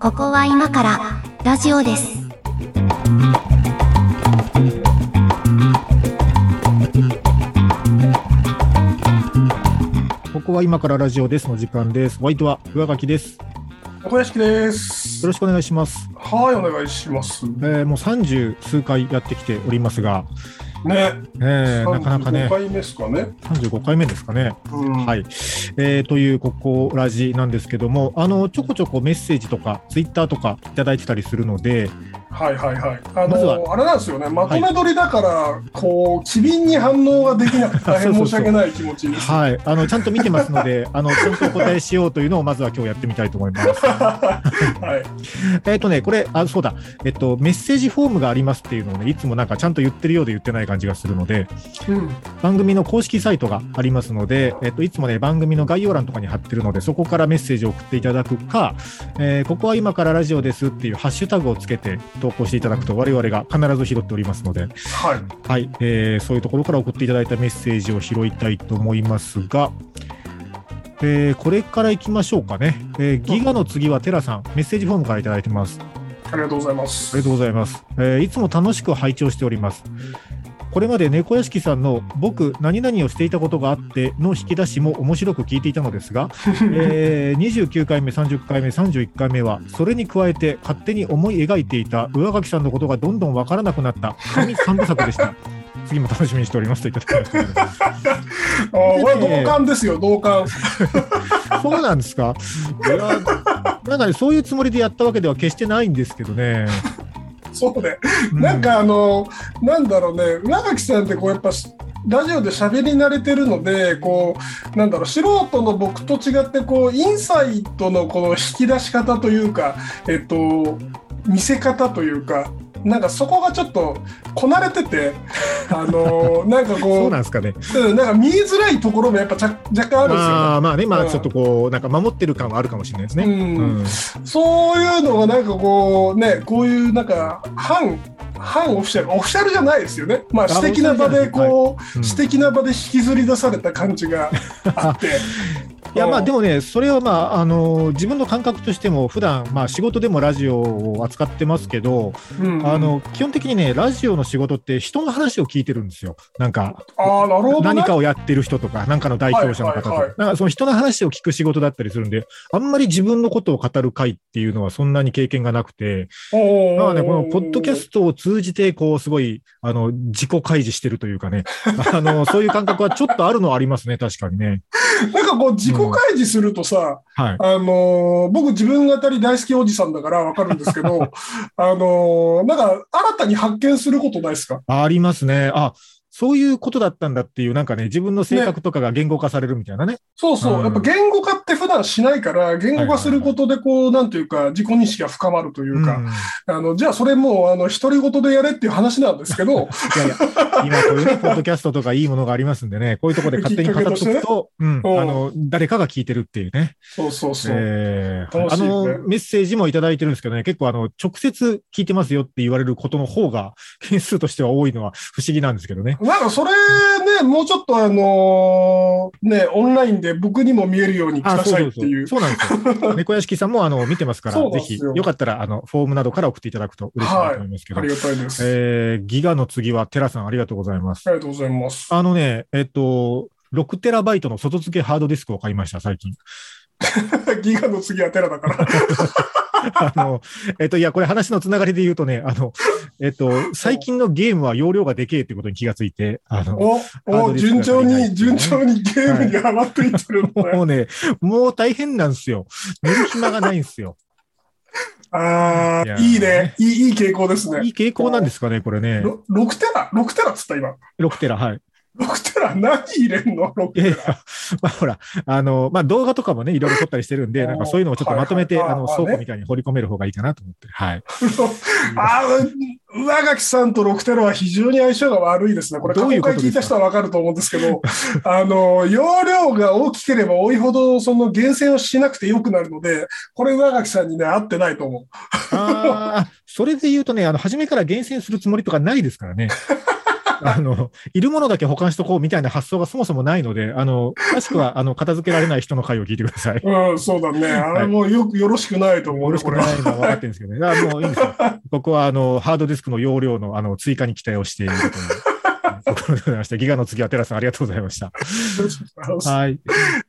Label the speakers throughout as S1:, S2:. S1: ここは今からラジオです。
S2: ここは今からラジオですの時間です。ワイトは上垣です。よ
S3: 小屋敷です。
S2: ろしくお願いします。
S3: はい、お願いします。ね、
S2: えーもう三十数回やってきておりますが、えーなかなか
S3: 35
S2: ね、
S3: 回目ですかね。
S2: 三十五回目ですかね。
S3: うん
S2: はい、えーというここラジなんですけども、あのちょこちょこメッセージとかツイッターとかいただいてたりするので、
S3: はいはいはい。あ
S2: まず
S3: の、
S2: は
S3: あれなんですよね。まとめ撮りだから、こう機敏に反応ができなくて大 変
S2: そうそう
S3: 申し
S2: そう
S3: 訳ない気持ちです。
S2: はい、あのちゃんと見てますの で、あのちゃんとお答えしようというのをまずは今日やってみたいと思います。
S3: はい。
S2: えっとね、これ、あ、そうだ、えっと、メッセージフォームがありますっていうのをね、いつもなんかちゃんと言ってるようで言ってない感じがするので、
S3: うん。
S2: 番組の公式サイトがありますので、えっと、いつもね、番組の概要欄とかに貼ってるので、そこからメッセージを送っていただくか、えーここは今からラジオですっていうハッシュタグをつけて投稿していただくと、我々が必ず拾っておりますので、
S3: はい。
S2: はい、えーそういうところから送っていただいたメッセージを拾いたいと思いますが、えーこれから行きましょうかね。えーギガの次はテラさん、メッセージフォームからいただいてます。
S3: ありがとうございま
S2: あり
S3: す
S2: が。とうございます。えーいつも楽しく拝聴しております。これまで猫屋敷さんの僕、何々をしていたことがあっての引き出しも面白く聞いていたのです が、えー29回目、30回目、31回目は、それに加えて勝手に思い描いていた上垣さんのことがどんどんわからなくなった神三部作で した。次も楽しみにしておりますといただきましたけど。
S3: あ、これ同感ですよ。同感。
S2: そうなんですか。いや、なんかね、そういうつもりでやったわけでは決してないんですけどね。
S3: そうね。
S2: う
S3: なん、かあの、なんだろうね。浦垣さんってこうやっぱし。ラジオで喋り慣れてるのでこうなんだろう素人の僕と違ってこうインサイトのこの引き出し方というか、えっと、見せ方というかなんかそこがちょっとこなれててあ のなんか
S2: そ
S3: こ
S2: う
S3: う
S2: なんですかね。
S3: うんなんか見えづらいところもやっぱちゃ若干あるんですよね。
S2: まあまあね、まあ
S3: うん
S2: ちょっとこう、なんか守ってる感はあるかもしれないですね。
S3: うん
S2: うん
S3: そういうのがなんかこうねこういうなんか反反オフィシャルオフィシャルじゃないですよねまあ
S2: あ
S3: 私的な場でこう
S2: オフィシ
S3: 私
S2: ャ
S3: 的な場で引きずり出された感じがあって
S2: いやまあで
S3: も
S2: もね、それはまあ、あの自分の感覚としても、普段まあ仕事でもラジオを扱ってますけど、あの基本的にね、ラジオの仕事って、人の話を聞いてるんですよ、なんか、
S3: ああなるほどね
S2: 何かをやってる人とか、なんかの代表者の方と
S3: はいはいは
S2: か
S3: い、
S2: なんかその人の話を聞く仕事だったりするんで、あんまり自分のことを語る会っていうのは、そんなに経験がなくて、
S3: おー
S2: まあね、このポッドキャストを通じて、こう、すごい、あの、自己開示してるというかね、 あの、そういう感覚はちょっとあるのはありますね、確かにね。
S3: なんかこう自己開示するとさ、
S2: はい。
S3: あのー僕自分語り大好きおじさんだからわかるんですけ どあのーなんか新たに発見することないですか
S2: ありますね。あ、そういうことだったんだっていう、なんかね、自分の性格とかが言語化されるみたいなね。
S3: そうそうう、
S2: ん
S3: やっぱ言語化って普段しないから、言語化することで、こう、なんというか、自己認識が深まるというか、
S2: んい
S3: あの、じゃあそれもう、あの、独り言でやれっていう話なんです けど、
S2: やいや、今こういうね、ポッドキャストとかいいものがありますんでね、こういうところで勝手に語っと
S3: きっか
S2: く
S3: け
S2: と、うん、
S3: うん
S2: あの、誰かが聞いてるっていうね。
S3: そうそうそう。
S2: えー
S3: 楽
S2: あ
S3: しいね
S2: の、メッセージもいただいてるんですけどね、結構あの、直接聞いてますよって言われることの方が、 件数としては多いのは不思議なんですけどね。
S3: なんかそれね、もうちょっとあのーね、オンラインで僕にも見えるようにく
S2: あ
S3: だ
S2: そう
S3: さ
S2: そ
S3: いうって
S2: そ。
S3: いうう。
S2: そうなんです よ。猫屋敷さんもあの見てますか
S3: そう
S2: ら、
S3: なんで
S2: ぜ
S3: す
S2: ひ、
S3: よ
S2: よかったらあのフォームなどから送っていただくと嬉しいなと思いますけど、
S3: ありがたいです。
S2: えーギガの次はテラさんありがとうございます。
S3: ありがとうございます。
S2: あのね、えっと、6テラバイトの外付けハードディスクを買いました、最近。
S3: ギガの次はテラだから。
S2: あの、えっと、いや、これ話のつながりで言うとね、あの、えっと、最近のゲームは容量がでけえってことに気がついて、あの、
S3: お、お、順調に、順調にゲームにハマっていってるのね
S2: も。うね、もう大変なんですよ。寝る暇がないんですよ。
S3: あ
S2: いやー
S3: あ、いいね。いい、いい傾向です ね。
S2: いい傾向なんですかね、これね。
S3: ろ6テラ ?6 テラっつった今。
S2: 6テラ、はい。
S3: 6テラ何入れんの ?6
S2: いやい
S3: テ
S2: や、 まあほら、あの、まあ動画とかもね、いろいろ撮ったりしてるんで、
S3: あー
S2: なんかそういうのをちょっとまとめて、
S3: はいは
S2: あ
S3: いあー
S2: の、
S3: ま
S2: 倉
S3: あね
S2: 庫みたいに掘り込める方がいいかなと思って。はい。
S3: ラ。ああ、上垣さんと6テラは非常に相性が悪いですね。これ、過
S2: どうい
S3: 去
S2: うこと
S3: 回
S2: ですか
S3: 聞いた人はわかると思うんですけど、 あの、容量が大きければ多いほど、その厳選をしなくて良くなるので、これ上垣さんにね、合ってないと思
S2: ああ、それで言うとね、あの、初めから厳選するつもりとかないですからね。あの、いるものだけ保管しとこうみたいな発想がそもそもないので、あの、詳しくは、あの、片付けられない人の回を聞いてくだ さい。よ
S3: うん、そうだね。あれもよく、よろしくないと思う
S2: ろ
S3: ね、
S2: しく
S3: こ
S2: な
S3: れは。
S2: いのは分かってるんですけどね。だからもういいんですよ。ここは、あの、ハードディスクの容量の、あの、追加に期待をしているというところでございました。ギガの次はテラさん、ありがとうございました。はい。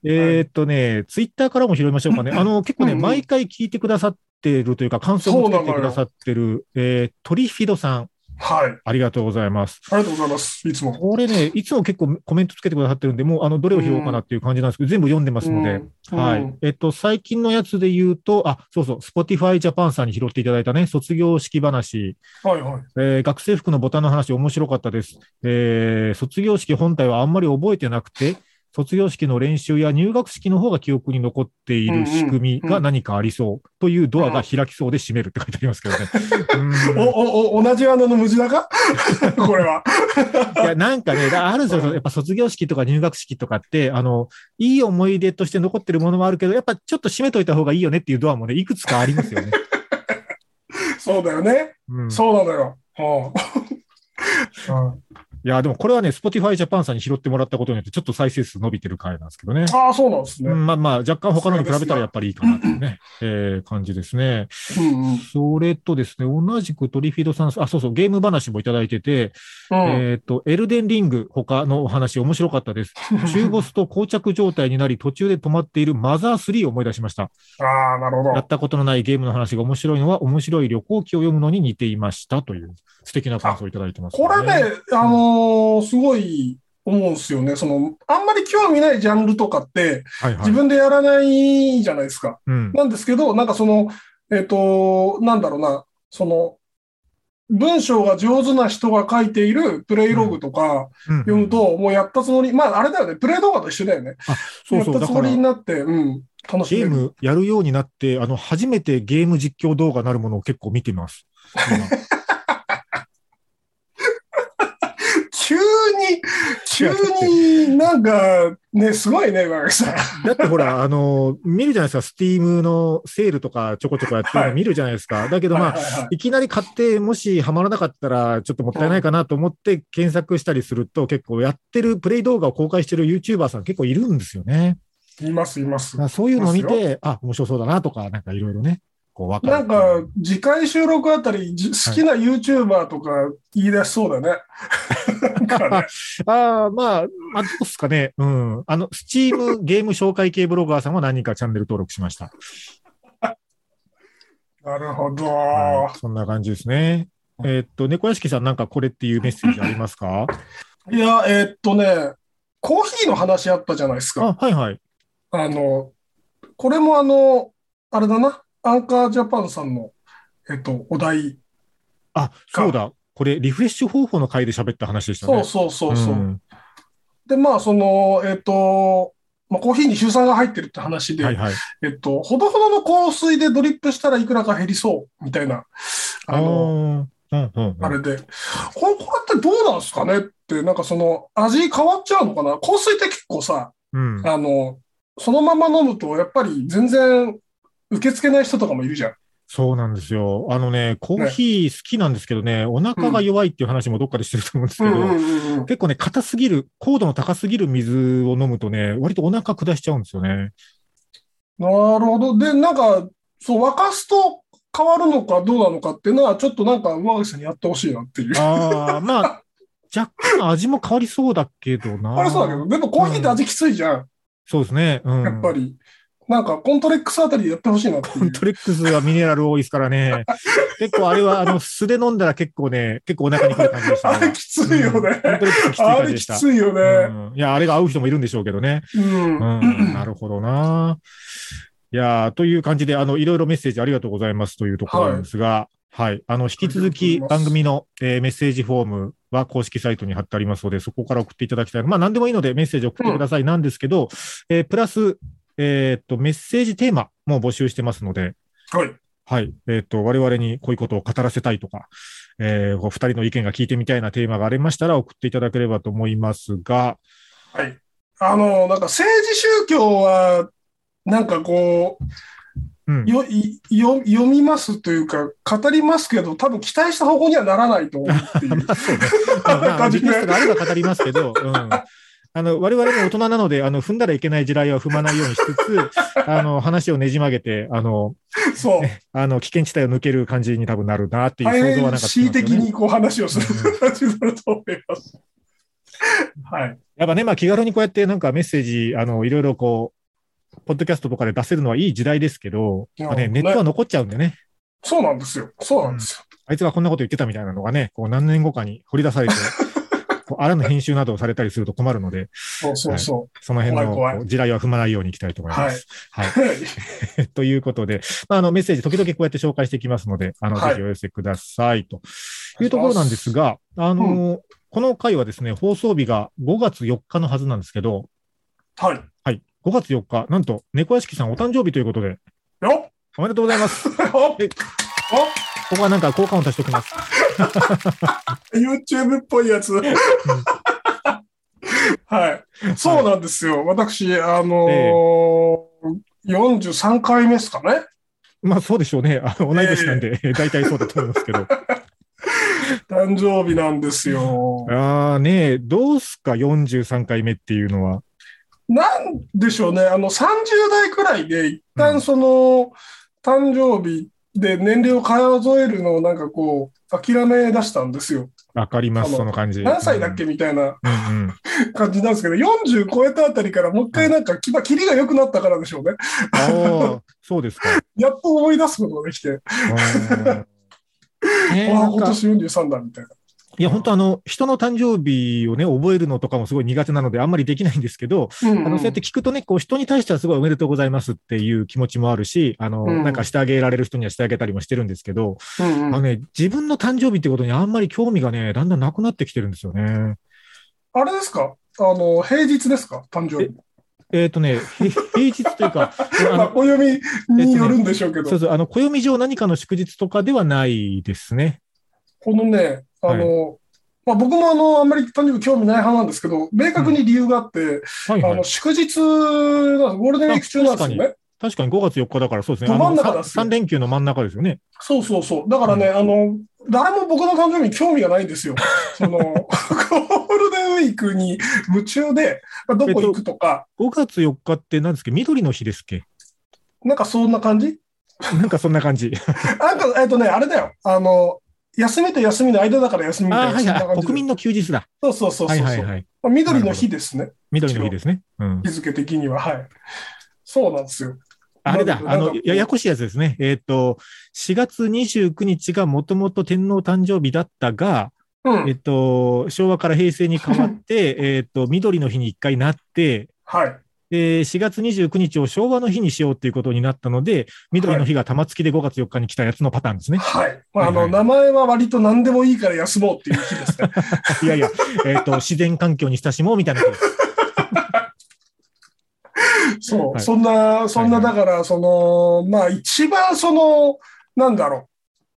S2: えーっとね、ツイッターからも拾いましょうかね。あの、結構ね、
S3: うんうん
S2: 毎回聞いてくださってるというか、感想をつけてくださってる、えー、トリフィドさん、
S3: はい。
S2: ありがとうございます。
S3: ありがとうございます。いつも。
S2: これね、いつも結構コメントつけてくださってるんで、もうあのどれを拾おうかなっていう感じなんですけど、全部読んでますので、
S3: うん
S2: は
S3: う
S2: い
S3: ん。
S2: えっと、最近のやつで言うと、あ、そうそう、Spotify Japan さんに拾っていただいたね、卒業式話、
S3: はいはい。
S2: えー学生服のボタンの話面白かったです、えー卒業式本体はあんまり覚えてなくて、卒業式の練習や入学式の方が記憶に残っている仕組みが何かありそうというドアが開きそうで閉めるって書いてありますけ どね。
S3: お、
S2: うん
S3: お、お、同じ穴の無地だか これは。
S2: いや、なんかね、だあるんですよ。やっぱ卒業式とか入学式とかって、あの、いい思い出として残ってるものもあるけど、やっぱちょっと閉めといた方がいいよねっていうドアもね、いくつかあります よね。
S3: そうだよね。
S2: うん、い
S3: そうなのよ。うん うん
S2: や、でもこれはね、Spotify Japan さんに拾ってもらったことによって、ちょっと再生数伸びてる回なんですけどね。
S3: ああ、そうなんですね。
S2: う
S3: うん
S2: んまあまあ、若干他のに比べたらやっぱりいいかなっていうね、えー感じですね。
S3: うん。
S2: それとですね、同じくトリフィードさん、あ、そうそう、ゲーム話もいただいてて、
S3: うん。
S2: えっと、エルデンリング、他のお話面白かったです。中ボスと膠着状態になり、途中で止まっているマザー3を思い出しました。
S3: ああ、なるほ
S2: や
S3: ど
S2: っ。たことのないゲームの話が面白いのは、面白い旅行記を読むのに似ていましたという、素敵な感想をいただいてます、
S3: これね、あのーすごい思うんですよね。その、あんまり興味ないジャンルとかって、
S2: はいはい、
S3: 自分でやらないじゃないですか。
S2: うん、
S3: なんですけど、なんかその、えっ、と、なんだろうな、その、文章が上手な人が書いているプレイログとか読む
S2: うん、
S3: と、もうやったつもり、まああれだよね、プレイ動画と一緒だよね。
S2: そうそう、
S3: や
S2: だ
S3: ったつも
S2: か
S3: り
S2: ら
S3: に。なって、うん、楽し
S2: ゲー
S3: める。
S2: ムやるようになって、あの、初めてゲーム実況動画なるものを結構見てます。
S3: 急に、急になんか、ね、すごいね、馬垣さん。
S2: だってほら、あの、見るじゃないですか、スティームのセールとかちょこちょこやってる
S3: は
S2: の
S3: い
S2: 見るじゃないですか。だけどまあ、
S3: はいはいはい
S2: いきなり買って、もしハマらなかったら、ちょっともったいないかなと思って検索したりすると、結構やってるプレイ動画を公開してる YouTuber さん結構いるんですよね。
S3: います、います
S2: だか。らそういうのを見
S3: そう
S2: て、あ、面白そうだなとか、なんかいろいろね、こう分か
S3: な
S2: る。
S3: んか、次回収録あたり、じ好きな YouTuber とか言い出しそ うだね。なんかね
S2: ああ、まあ、まあ、どうっすかね。うん。あの、スチームゲーム紹介系ブロガーさんは何人かチャンネル登録しました。
S3: なるほど。
S2: はいそんな感じですね。えーっと、猫屋敷さんなんかこれっていうメッセージあります か
S3: いや、えーっとね、コーヒーの話あったじゃないです
S2: あ、
S3: か。
S2: はいはい。
S3: あの、これもあの、あれだな、アンカージャパンさんの、えっと、お題。
S2: あ、そうだ。これ、リフレッシュ方法の回で喋った話でした
S3: そ
S2: ね。
S3: うそうそうそう。
S2: ん
S3: で、まあ、その、えっと、まあ、コーヒーに硫酸が入ってるって話で、
S2: はいはい。
S3: えっと、ほどほどの香水でドリップしたらいくらか減りそう、みたいな、あの、
S2: あーうんうんうん
S3: あれで、これこれってどうなんですかねって、なんかその味変わっちゃうのかな香水って結構さ、
S2: うん。
S3: あの、そのまま飲むとやっぱり全然受け付けない人とかもいるじゃん。
S2: そうなんですよ。あのね、コーヒー好きなんですけどね、お腹が弱いっていう話もどっかでしてると思うんですけど、
S3: うんうん
S2: 結構ね、硬すぎる、高度の高すぎる水を飲むとね、割とお腹下しちゃうんですよね。
S3: なるほど。で、なんか、そう、沸かすと変わるのかどうなのかっていうのは、ちょっとなんか、馬垣さんにやってほしいなっていう。
S2: ああ、まあ、 若干味も変わりそうだけどな。
S3: あれそうだけど、でもコーヒーって味きついじゃん。
S2: そうですね。うん。
S3: やっぱり。なんか、コントレックスあたりでやってほしいなっていう。
S2: コントレックスはミネラル多いですから ね。結構あれは、あの、素で飲んだら結構ね、結構お腹にくる感じでした
S3: あれ
S2: ね。
S3: きつい
S2: うん
S3: よね。
S2: コントレックスきつい
S3: あ
S2: 感じ
S3: れ
S2: で
S3: き
S2: した。
S3: ついよね。
S2: うんいや、あれが合う人もいるんでしょうけどね。
S3: うん。
S2: うん、なるほどな。いやーという感じで、あの、いろいろメッセージありがとうございますというところなんですが、はい、あの、引き続
S3: あり
S2: き
S3: がとうござい
S2: 番
S3: ます
S2: 組の、えーメッセージフォームは公式サイトに貼ってありますので、そこから送っていただきたい。まあ、何でもいいのでメッセージ送ってくださいなんですけど、えープラス、えーっと、メッセージテーマも募集してますので、
S3: はい。
S2: はい。えっ、と、我々にこういうことを語らせたいとか、えー、お二人の意見が聞いてみたいなテーマがありましたら送っていただければと思いますが、
S3: はい。あの、なんか政治宗教は、なんかこ
S2: う
S3: う、
S2: ん
S3: よいよ読みますというか、語りますけど、多分期待した方向にはならないと思うっていう。
S2: まあ そうね。まあ、リクエストがあれば語りますけど、うん。あの、我々も大人なので、あの、踏んだらいけない地雷は踏まないようにしつつ、 あの、話をねじ曲げて、あの、
S3: そう。
S2: あの、危険地帯を抜ける感じに多分なるなっていう
S3: 大
S2: 想像は
S3: 変
S2: なかった、
S3: 恣意的に。こう話をす
S2: う
S3: る感じになると思います。はい。
S2: やっぱね、まあ気軽にこうやってなんかメッセージ、あの、いろいろこう、ポッドキャストとかで出せるのはいい時代ですけど、
S3: いや
S2: まあね、ネットは残っちゃうんでね、
S3: そうなんですよ。そうなんですよ。
S2: あいつがこんなこと言ってたみたいなのがね、こう何年後かに掘り出 されて、こうあらぬ編集などをされたりすると困るので、
S3: そうそうそ
S2: その辺の
S3: 怖い怖い
S2: こう地雷は踏まないようにいきたいと思います。はい。
S3: う。はい。
S2: ということで、まあ、あの、メッセージ時々こうやって紹介していきますので、あの、
S3: はい
S2: ぜひお寄せください、というところなんですが、あの、この回はですね、放送日が5月4日のはずなんですけど、
S3: はい。
S2: はい、5月4日、なんと、猫屋敷さんお誕生日ということで、
S3: よ
S2: おめでとうござい ます。こ
S3: っよっ
S2: えこはなんか効果を足しておきます。
S3: YouTube っぽいやつ。 はい。そうなんですよ。私、あのー
S2: え
S3: 43回目ですかね。
S2: まあ、そうでしょうね。あの同い年なんで、 大体そうだと思いますけ ど。
S3: 誕生日なんですよ。
S2: ああねえ、どうすか、43回目っていうのは。
S3: なんでしょうね。あの、30代くらいで、一
S2: うん
S3: 旦その、誕生日で年齢を数えるのをなんかこう、諦め出したんですよ。
S2: わかります、
S3: あの
S2: その感じ。
S3: 何歳だっけみたいな
S2: うんうんうん。
S3: 感じなんですけど、40超えたあたりからもう一回なんか、きまあ、キリが良くなったからでしょうね。
S2: ああ、そうですか。
S3: やっと思い出すことができて、
S2: ねえ
S3: わ
S2: な
S3: あ、
S2: ん
S3: 今
S2: か
S3: 年43だみたいな。
S2: いや、本当あの、人の誕生日をね、覚えるのとかもすごい苦手なので、あんまりできないんですけど、
S3: うん
S2: あの、そうやって聞くとね、こう、人に対してはすごいおめでとうございますっていう気持ちもあるし、あの、
S3: うん
S2: なんかしてあげられる人にはしてあげたりもしてるんですけど、
S3: うんう
S2: あ
S3: ん
S2: のね、自分の誕生日ってことにあんまり興味がね、だんだんなくなってきてるんですよね。
S3: あれですかあの、平日ですか誕生日。
S2: えっ、とね、へ平日というか、あ
S3: ま あ、
S2: の、
S3: 暦によるんでしょうけど、
S2: そうそう、あの、暦上何かの祝日とかではないですね。
S3: このね、あの、まあ、僕もあの、あんまり誕生日興味ない派なんですけど、明確に理由があって、
S2: はい
S3: あ
S2: はい
S3: の、。祝日なんですゴールデンウィーク中なんですよね。
S2: 確かに5月4日だからそうですね。あ
S3: ど真
S2: の、
S3: ん中だっすよ
S2: 3連休の真ん中ですよね。
S3: そうそうそう。だからね、あの、誰も僕の誕生日に興味がないんですよ。その、ゴールデンウィークに夢中で、まあどこ行くとか、
S2: 5月4日って何ですっけ緑の日ですっけ
S3: なんかそんな感じ
S2: なんかそんな感 じ。
S3: なんか、えっとね、あれだよ。あの、休みと休みの間だから休みみ
S2: あ
S3: た
S2: あ、はい
S3: いな。そんな
S2: はい。
S3: 感じで
S2: 国民の休日だ。
S3: そうそうそう
S2: は
S3: そう。
S2: いはいはい。
S3: まあ緑の日ですね。
S2: 緑の日ですね。うん。
S3: 日付的には。はい。そうなんですよ。
S2: あれだ、
S3: な
S2: あ
S3: んか
S2: の、ややこしいやつですね。えっ、と、4月29日がもともと天皇誕生日だったが、
S3: う
S2: えっ、
S3: ん。
S2: と、昭和から平成に変わ って、えっと、緑の日に一回なって、
S3: はい。
S2: で、4月29日を昭和の日にしようっていうことになったので、緑の日が玉突きで5月4日に来たやつのパターンですね。
S3: はい。まあ、あ
S2: は
S3: の、
S2: いは
S3: 名前は割と何でもいいから休もうっていう日で すね。
S2: いやいや、えっ、と、自然環境に親しもうみたいなことです。
S3: そう、
S2: はい
S3: そんな、そんな、
S2: はいは
S3: だから、その、まあ、一番、その、なんだろう、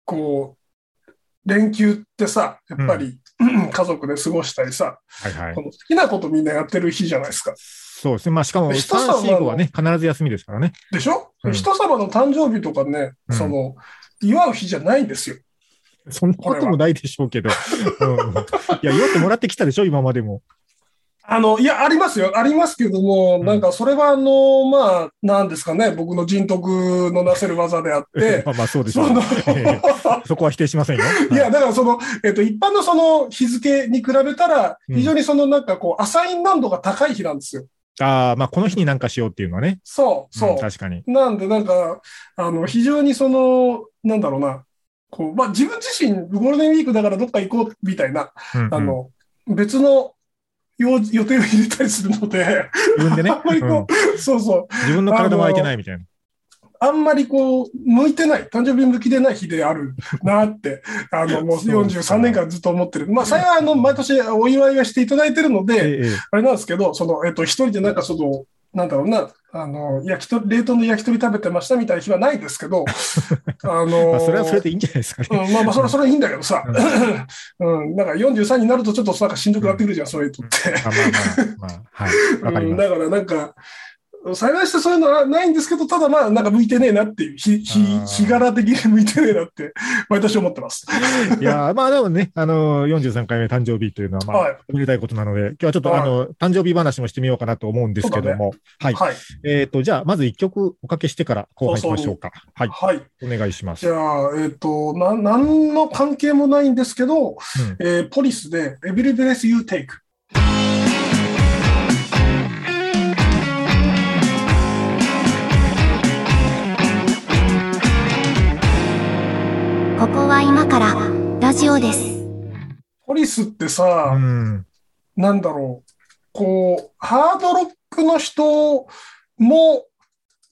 S3: こう、連休ってさ、やっぱり、家族で過ごしたりさ、
S2: はいはい
S3: こ。の好きなことみんなやってる日じゃないですか。
S2: そうですね。まあ、しかも、
S3: 人様
S2: 3、4、
S3: は
S2: 5はね、必ず休みですからね。
S3: でしょ、
S2: うん
S3: 人様の誕生日とかね、
S2: うん
S3: その、祝う日じゃないんですよ。
S2: そんなこともないでしょうけど。うん、いや、酔ってもらってきたでしょ、今までも。
S3: あの、いや、ありますよ。ありますけども、
S2: うん
S3: なんか、それは、あの、まあ、なんですかね、僕の人徳のなせる技であって、
S2: まあまあ、そうでしょ
S3: そうの、
S2: ええそこは否定しませんよ。
S3: いや、だからその、えっと、一般のその日付に比べたら、
S2: うん
S3: 非常にそのなんかこう、アサイン難度が高い日なんですよ。
S2: ああ、まあ、この日になんかしようっていうのはね。
S3: そう、
S2: ん
S3: そ
S2: 確かに。
S3: う。なんで、なんか、あの、非常にその、なんだろうな、こう、まあ、自分自身、ゴールデンウィークだからどっか行こう、みたいな、
S2: うんうん
S3: あの、別の用事予定を入れたりするので、
S2: 自分でね、
S3: あんまり
S2: うん
S3: こう、そうそう、
S2: 自分の体も空いてないみたいな。
S3: あんまりこう、向いてない、誕生日向きでない日であるなって、あの、もう
S2: そうですか
S3: 43年間ずっと思ってる。まあ、幸い、あの、毎年お祝いはしていただいてるので、
S2: ええええ
S3: あれなんですけど、その、えっと、一人でなんかその、なんだろうな、あの、焼き鳥、冷凍の焼き鳥食べてましたみたいな日はないですけ ど、あの、
S2: まあ、それはそれでいいんじゃないですかね。
S3: うん、まあまあ、それはそれはいいんだけどさ、うん、なんか43になるとちょっとなんかしんどくなってくるじゃん、そういうとって。
S2: あまあまあ、まあ、はい。わかり
S3: うん、
S2: ます。
S3: だからなんか、幸いしてそういうのはないんですけど、ただまあ、なんか向いてねえなっていう、ひひ
S2: あー
S3: 日柄的に向いてねえなって、毎年思ってます。
S2: いやーまあでもね、あのー、43回目誕生日というのは、まあ、
S3: はい。
S2: おめでたいことなので、今日はちょっと、
S3: はい
S2: あの、誕生日話もしてみようかなと思うんですけども、はい。
S3: はい。
S2: えっ、と、じゃあ、まず一曲おかけしてから後半行きましょうか。はい。
S3: はい。
S2: お願いします。
S3: じゃあ、えっ、とな、何の関係もないんですけど、
S2: うん
S3: えーポリスで、エビリブレス・ユー・テイク。
S1: ここは今からラジオです。
S3: ポリスってさ、
S2: うん。
S3: なんだろう、こう、ハードロックの人も、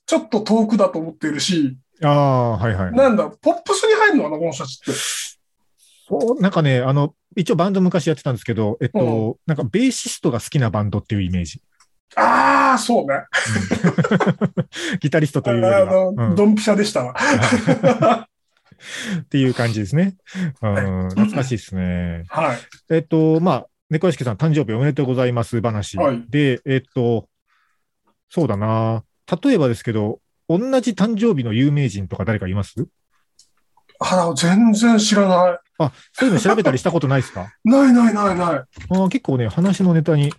S3: ちょっと遠くだと思ってるし、
S2: ああ、はいはい。
S3: なんだ、ポップスに入るのかな、この人たちって。
S2: そうなんかね、あの、一応バンド昔やってたんですけど、えっ
S3: う
S2: と、なんかベーシストが好きなバンドっていうイメージ。
S3: ああ、そうね。
S2: うんギタリストと
S3: あ
S2: いうよりは、
S3: の、
S2: うん
S3: ドンピシャでしたわ。
S2: っていう感じですね。うん、懐かしいですね。
S3: はい。
S2: えっと、まあ、猫屋敷さん、誕生日おめでとうございます話、
S3: はい
S2: で、えっと、そうだな、例えばですけど、同じ誕生日の有名人とか誰かいます
S3: あら、全然知らない。
S2: あ、そういうの調べたりしたことないです か
S3: ないないないない。
S2: あー結構ね、話のネタに、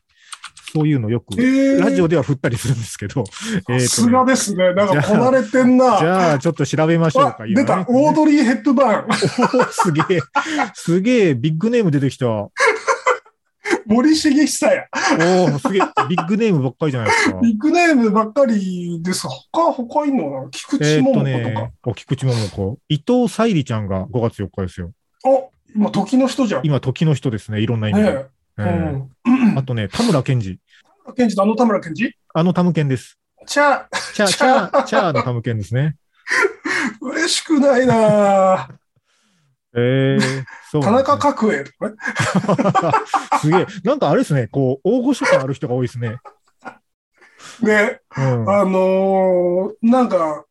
S2: そういうのよく、
S3: えー、
S2: ラジオでは振ったりするんですけど、えっと
S3: さす
S2: ね
S3: がですね。なん
S2: じゃ
S3: か
S2: あ
S3: こなれてんな。
S2: じゃあ、ちょっと調べましょう
S3: あ
S2: か。、今
S3: 出た。
S2: ね
S3: オードリー・ヘッドバーン。
S2: お ーすげえ、すげえ、ビッグネーム出てきた。お
S3: 森重久也。
S2: おすげえ、ビッグネームばっかりじゃないですか。
S3: ビッグネームばっかりです。他、他いんのかな菊
S2: え
S3: 池
S2: ーっ
S3: 桃
S2: と
S3: 子とか
S2: ね。、お菊池桃子。伊藤沙莉ちゃんが5月4日ですよ。
S3: お、今、時の人じゃん。ね
S2: 今、時の人ですね、いろんな意味で。
S3: え。う
S2: えー
S3: ん。
S2: あとね、田村健二。
S3: 健二とあの田村健二
S2: あのタムケンです。
S3: じゃあ、
S2: チャー、チャー、チャーのタムケンですね。
S3: 嬉しくないなぁ
S2: えー、そう
S3: 田
S2: なんですね、
S3: 中角栄とかね。
S2: すげえ。なんかあれですね、こう、大御所感ある人が多いですね。
S3: ね。
S2: うん。
S3: あのーなんか、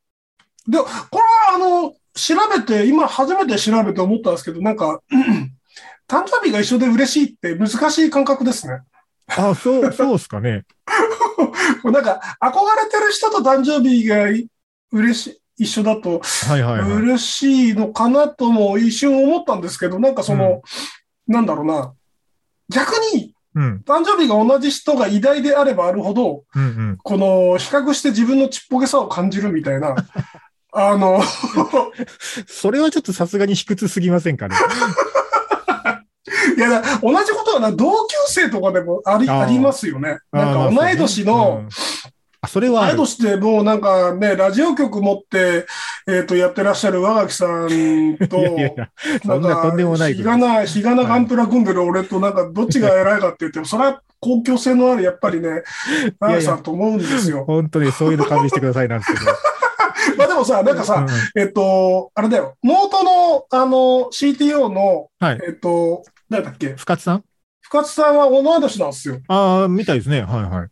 S3: で、これはあの、調べて、今初めて調べて思ったんですけど、なんか、 誕生日が一緒で嬉しいって難しい感覚ですね。
S2: あ、そう、そうっすかね。
S3: こうなんか、憧れてる人と誕生日がい嬉しい、一緒だと
S2: はいはいはい。
S3: 嬉しいのかなとも一瞬思ったんですけど、なんかその、なんだろうな、逆に
S2: うん、
S3: 誕生日が同じ人が偉大であればあるほど、
S2: うん、うん。
S3: この比較して自分のちっぽけさを感じるみたい な、あの、
S2: それはちょっとさすがに卑屈すぎませんかね。
S3: いやだ、同じことはな、同級生とかでもあり
S2: あー
S3: ありますよね。
S2: あーま
S3: な
S2: あ
S3: んか同い年
S2: そうねう
S3: の、
S2: んあ、それはあ
S3: 同い
S2: る、
S3: 年でもうなんかね、ラジオ局持って、えっ、と、やってらっしゃる和垣さんと、
S2: いやいやいや、そんなとんでもない
S3: 日がな、日がなガンプラ組んでる俺と、なんか、どっちが偉いかって言っても、それは公共性のある、やっぱりね、和垣さんと思うんですよ。
S2: 本当にそういうの勘弁してくださいなんですけど。
S3: まあでもさ、なんかさ、
S2: う
S3: えっと、あれだよ、ノートの、あの、CTO の、
S2: んはい。
S3: えっと、誰だっけ、
S2: 深津さん
S3: 深津さんは同い年なんですよ。
S2: ああ、みたいですね。はいはい。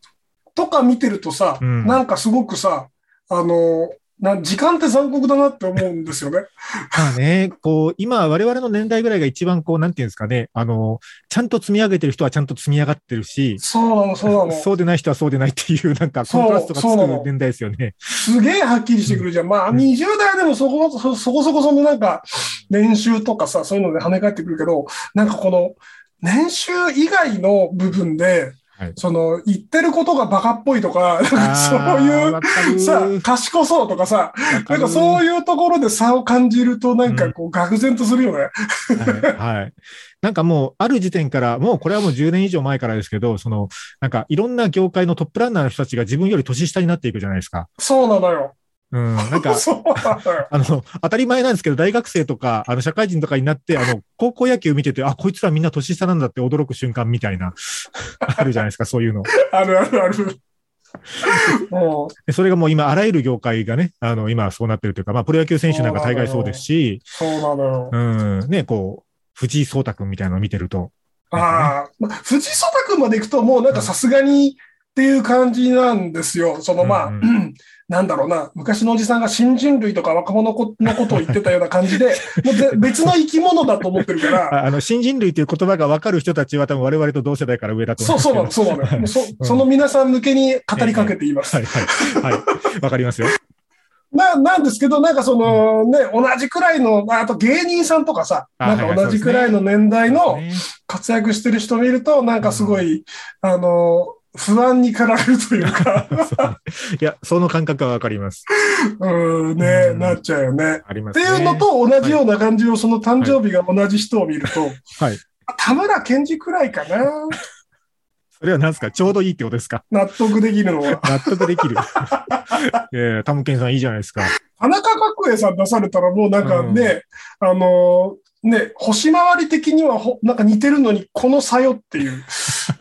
S3: とか見てるとさ、
S2: うん
S3: なんかすごくさ、あの、なん時間って残酷だなって思うんですよ ね。
S2: まあね、こう、今、我々の年代ぐらいが一番、こう、なんていうんですかね、あの、ちゃんと積み上げてる人はちゃんと積み上がってるし、
S3: そうなの、そうなの。
S2: そうでない人はそうでないっていう、なんか、
S3: そう
S2: コントラストがつ
S3: そうな
S2: く
S3: の
S2: 年代ですよね。
S3: すげえはっきりしてくるじゃん。まあ、
S2: うん
S3: 20代でもそこそそこそこそのなんか、年収とかさ、そういうので跳ね返ってくるけど、なんかこの、年収以外の部分で、
S2: はい
S3: その、言ってることがバカっぽいとか、なんかそう
S2: あー
S3: いう、
S2: わかる
S3: さ、賢そうとかさ、なんかそういうところで差を感じると、なんかこう、愕然とするよね。
S2: はい、はい。なんかもう、ある時点から、もうこれはもう10年以上前からですけど、その、なんかいろんな業界のトップランナーの人たちが自分より年下になっていくじゃないですか。
S3: そうなのよ。
S2: うん、なんか、
S3: そうなのよ。
S2: あの、当たり前なんですけど、大学生とか、あの、社会人とかになって、あの、高校野球見てて、あ、こいつらみんな年下なんだって驚く瞬間みたいな、あるじゃないですか、そう いうの。
S3: あるあるある。もう、
S2: でそれがもう今、あらゆる業界がね、あの、今そうなってるというか、まあ、プロ野球選手なんか大概そうですし、
S3: そうなのよ。
S2: うん、ね、こう、藤井聡太君みたいなのを見てると、
S3: ああ、まあ藤井聡太君まで行くと、もうなんかさすがに、っていう感じなんですよ。そのまあ、
S2: うん
S3: なんだろうな、昔のおじさんが新人類とか若者このことを言ってたような感じで、もうぜ別の生き物だと思ってるから、
S2: ああの新人類という言葉が分かる人たちは、多分我々と同世代から上だと思
S3: そうそうなの、そうなの。もうそ
S2: ん
S3: その皆さん向けに語りかけています。
S2: はいはい、はい、わかりますよ。
S3: ななんですけど、なんかそのね、同じくらいの、ああと芸人さんとかさ、
S2: あ
S3: なん
S2: はい
S3: か
S2: はい
S3: 同じくらいの年代の
S2: ね
S3: 活躍してる人見ると、なんかすごい、あの、不安に駆られるという か、
S2: いや、その感覚はわかります。
S3: うん、ね、
S2: うん
S3: なっちゃうよね。
S2: ありま
S3: っ
S2: す
S3: て
S2: ね。
S3: いうの、と同じような感じを、その誕生日が同じ人を見る と、
S2: はい。
S3: 田村健二くらいかな、
S2: それは何ですかちょうどいいってことですか
S3: 納得できるの は。
S2: 納得できる。えー、タムケンさんいいじゃないですか。
S3: 田中角栄さん出されたらもうなんかね、あのーね、星回り的にはほなんか似てるのにこの差よっていう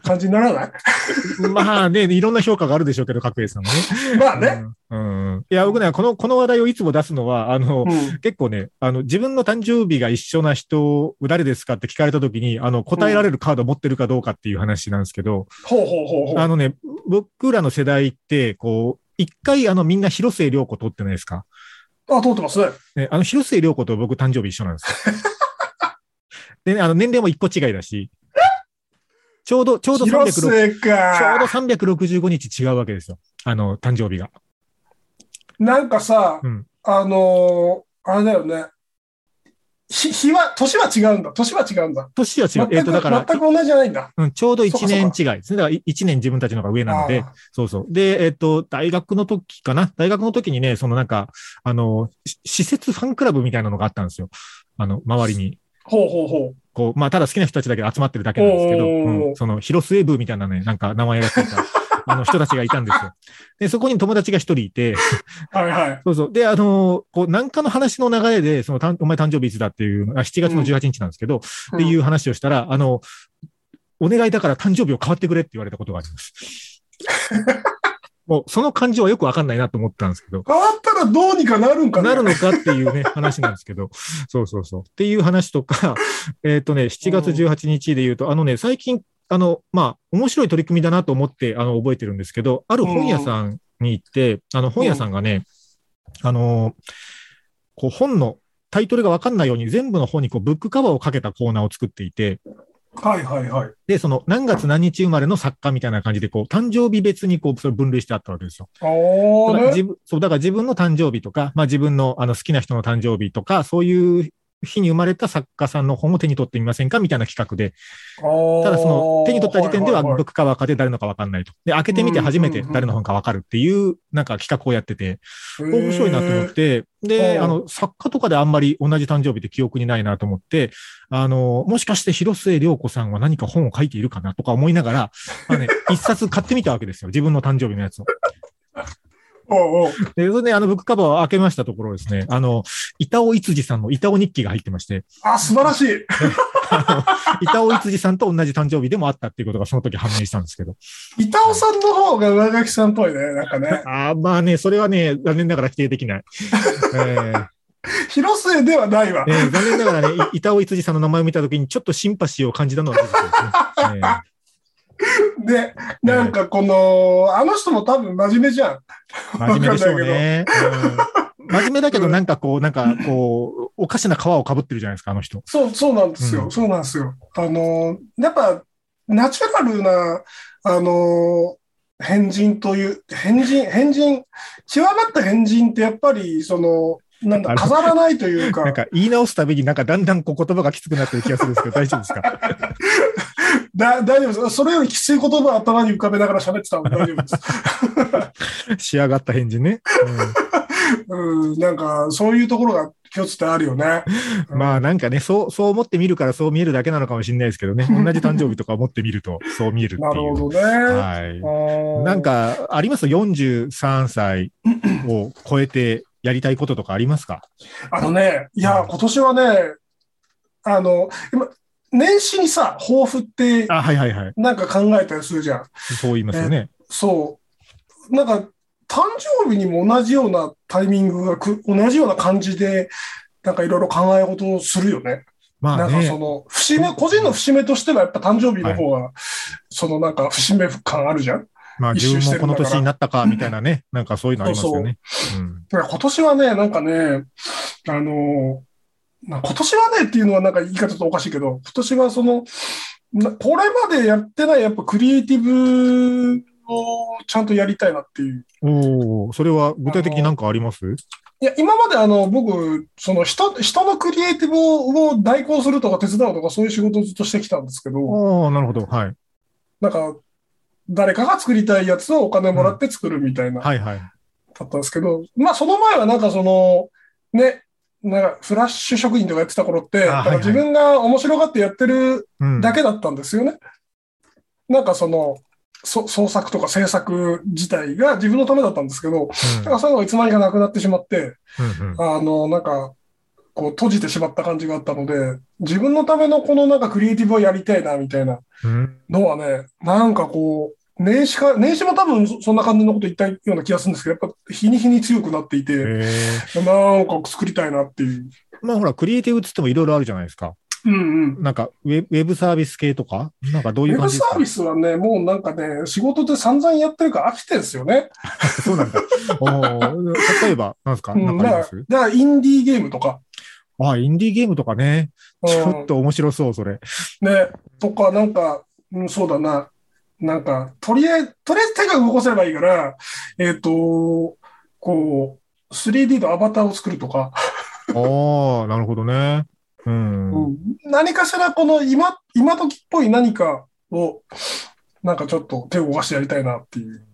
S3: 感じにならない
S2: まあね、いろんな評価があるでしょうけど、角栄さんもね。
S3: まあね。
S2: うん。うんいや、僕ね、この、この話題をいつも出すのは、あの
S3: う、ん。
S2: 結構ね、あの、自分の誕生日が一緒な人、誰ですかって聞かれたときに、あの、答えられるカード持ってるかどうかっていう話なんですけど、
S3: ほうほうほうほ
S2: あ
S3: う。
S2: のね、僕らの世代って、こう、一回、あの、みんな広末涼子取ってないですか
S3: あ、通ってますね。
S2: ね、あの、広末涼子と僕誕生日一緒なん ですよ。でね、あの、年齢も一個違いだし、ちょうど、ちょうど360
S3: 広末
S2: ちょうど
S3: か。
S2: 365日違うわけですよ。あの、誕生日が。
S3: なんかさ、
S2: うん
S3: あのーあれだよね。日日は、年は違うんだ。年は違うんだ。
S2: 年は違
S3: 全
S2: う。
S3: く,、
S2: えっ、と、だから、
S3: 全く同じじゃないんだ。
S2: うん、ちょうど1年
S3: そ
S2: 違
S3: う
S2: いですね。だから1年自分たちの方が上なので
S3: あ、あ
S2: そうそう。で、えっ、と、大学の時かな大学の時にね、そのなんか、あの、し施設ファンクラブみたいなのがあったんですよ。あの、周りに。
S3: ほうほうほう。
S2: こう、まあ、ただ好きな人たちだけ集まってるだけなんですけど、
S3: おー
S2: うんその、広末部みたいなね、なんか名前がつい た、あの人たちがいたんですよ。で、そこに友達が一人いて、
S3: はいはい。
S2: そうそう。で、あのーこう、なんかの話の流れで、その、たんお前誕生日いつだっていう、あ7月の18日なんですけど、っていううん話をしたら、あの、お願いだから誕生日を変わってくれって言われたことがあり ます。もう、その感じはよくわかんないなと思ったんですけど、
S3: 変わったらどうにかなるんか
S2: なる
S3: ね。
S2: のかっていうね、話なんですけど、 そうそうそう。っていう話とか、 えっ、とね、7月18日で言うと、あのね、最近、あの、まあ、面白い取り組みだなと思って、あの、覚えてるんですけど、ある本屋さんに行って、あの、本屋さんがね、あのーこう、本のタイトルがわかんないように、全部の本にこう、ブックカバーをかけたコーナーを作っていて、
S3: はいはいはい。
S2: で、その何月何日生まれの作家みたいな感じで、こう、誕生日別にこう、それ分類してあったわけですよ。
S3: お
S2: だ
S3: ー
S2: か
S3: ね
S2: ら。自分そう、だから自分の誕生日とか、まあ自分のあの好きな人の誕生日とか、そういう日に生まれた作家さんの本を手に取ってみませんかみたいな企画で、た
S3: た
S2: だその手に取った時点では、ブッ
S3: 僕
S2: クカバーかで誰のかわかんないと。で、開けてみて初めて誰の本かわかるっていう、なんか企画をやってて、面白いなと思っ。て、で、
S3: うん
S2: あの、作家とかであんまり同じ誕生日って記憶にないなと思って、あの、もしかして広末涼子さんは何か本を書いているかなとか思いながら、あのね、一冊買ってみたわけですよ。自分の誕生日のやつを。
S3: おうおう
S2: で、それで、あの、ブックカバーを開けましたところですね、あの、板尾いつじさんの板尾日記が入ってまして、
S3: あ、素晴らしい。
S2: あの、板尾いつじさんと同じ誕生日でもあったっていうことがその時判明したんですけど。
S3: 板尾さんの方が上書きさんっぽいね。なん かね。
S2: ああ、まあね、それはね、残念ながら否定できない。 えー
S3: 広末ではないわ
S2: え。ー残念ながらね、い板尾いつじさんの名前を見たときに、ちょっとシンパシーを感じたのは事実ですね。えー
S3: で、なんかこの、あの人も多分真面目じゃん。
S2: 真面目でしょうね。うん真面目だけど、なんかこう、なんかこう、おかしな皮をかぶってるじゃないですか、あの人。
S3: そう、そうなんですよ。
S2: うん
S3: そうなんですよ。あの、やっぱ、ナチュラルな、あの、変人という、変人、変人、極まった変人ってやっぱり、その、なん
S2: あ
S3: だ、
S2: の
S3: 飾らないというか
S2: なん、か言い直すたびになんかだんだんこう言葉がきつくなってる気がするんですけど、大丈夫ですか
S3: だ大丈夫です。それよりきつい言葉を頭に浮かべながら喋ってたので大丈夫 です。
S2: 仕上がった返事ね。
S3: うん、なんか、そういうところが共通点あるよね。
S2: うんまあなんかね、そう、そう思ってみるからそう見えるだけなのかもしれないですけどね。同じ誕生日とか思ってみると、そう見えるっていう。
S3: なるほどね。
S2: はい。
S3: あー
S2: なん、か、あります ?43 歳を超えてやりたいこととかありますか
S3: あのね、いや、今年はね、あの、今年始にさ、抱負って、
S2: あ、はいはいはい。
S3: なんか考えたりするじゃん。
S2: そう言いますよね。
S3: そう。なんか、誕生日にも同じようなタイミングがく、同じような感じで、なんかいろいろ考え事をするよね。
S2: ま
S3: な
S2: あ
S3: んかそ
S2: ね。
S3: の、節目、個人の節目としてはやっぱ誕生日の方が、そのなんか節目感あるじゃん。
S2: まあ、
S3: 一
S2: 自
S3: 周
S2: 分
S3: し
S2: も
S3: てる
S2: こ
S3: んだ
S2: の
S3: から
S2: 年になったか、みたいなね、なんかそういうのありますよね。うん
S3: だから今年はね、なんかね、あの、まあ今年はねっていうのはなんか言い方ちょっとおかしいけど、今年はその、なこれまでやってないやっぱクリエイティブをちゃんとやりたいなっていう。
S2: おお、それは具体的になんかあります
S3: いや、今まであの、僕、その人、人のクリエイティブをを代行するとか手伝うとかそういう仕事をずっとしてきたんですけど、
S2: ああ、なるほど。はい。
S3: なんか、誰かが作りたいやつをお金もらって作るみたいな、だ
S2: はいはい。
S3: ったんですけど、まあその前はなんかその、ね、なんかフラッシュ職員とかやってた頃って、
S2: あ
S3: なんか
S2: はいはい
S3: 自分が面白がってやってる
S2: うん。
S3: だけだったんですよね。なんかその、そ創作とか制作自体が自分のためだったんですけど、なんかそういうのがいつまにかなくなってしまって、
S2: うんう ん
S3: あの、なんか、こう閉じてしまった感じがあったので、自分のためのこのなんかクリエイティブをやりたいな、みたいな
S2: うん
S3: のはね、なんかこう、年始か、年始も多分そそんな感じのこと言ったような気がするんですけど、やっぱ日に日に強くなっていて、
S2: へえ
S3: なんか作りたいなっていう。
S2: まあほら、クリエイティブっつってもいろいろあるじゃないですか。
S3: うんうん。
S2: なんかウェブ、ウェブサービス系とかなんかど
S3: ウ
S2: ういう
S3: ェ
S2: 感
S3: ブ
S2: じで
S3: サービスはね、もうなんかね、仕事で散々やってるから飽きてるんですよね。
S2: すかそうなんだ。おー例えば、なんですか、
S3: うん、
S2: なん
S3: だ
S2: かあ
S3: か
S2: ります
S3: ら、だからインディーゲームとか、
S2: ああ、インディーゲームとかね。
S3: うん
S2: ちょっと面白そう、それ。
S3: ね、とか、なんか、うん、そうだな、なんか、とりあえず、とりあえず手が動かせればいいから、えっ、と、こう、3D のアバターを作るとか、
S2: ああ、なるほどね。うん。
S3: 何かしらこの今、今時っぽい何かを、なんかちょっと手を動かしてやりたいなっていう。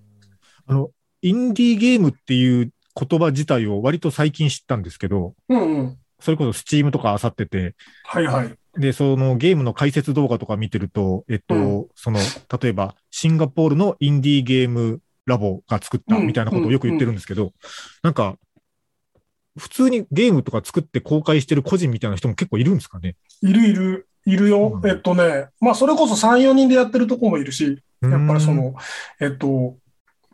S2: あの、インディーゲームっていう言葉自体を割と最近知ったんですけど、
S3: うんうん。
S2: それこそスチームとか漁ってて、
S3: はいはい。
S2: で、そのゲームの解説動画とか見てると、えっと、
S3: う
S2: その、例えば、シンガポールのインディーゲームラボが作った
S3: うん
S2: みたいなことをよく言ってるんですけど、なんか、普通にゲームとか作って公開してる個人みたいな人も結構いるんですかね。
S3: いるいる、いる
S2: う
S3: よ。
S2: ん
S3: えっとね、まあそれこそ3、4人でやってるとこもいるし、やっぱりその、えっと、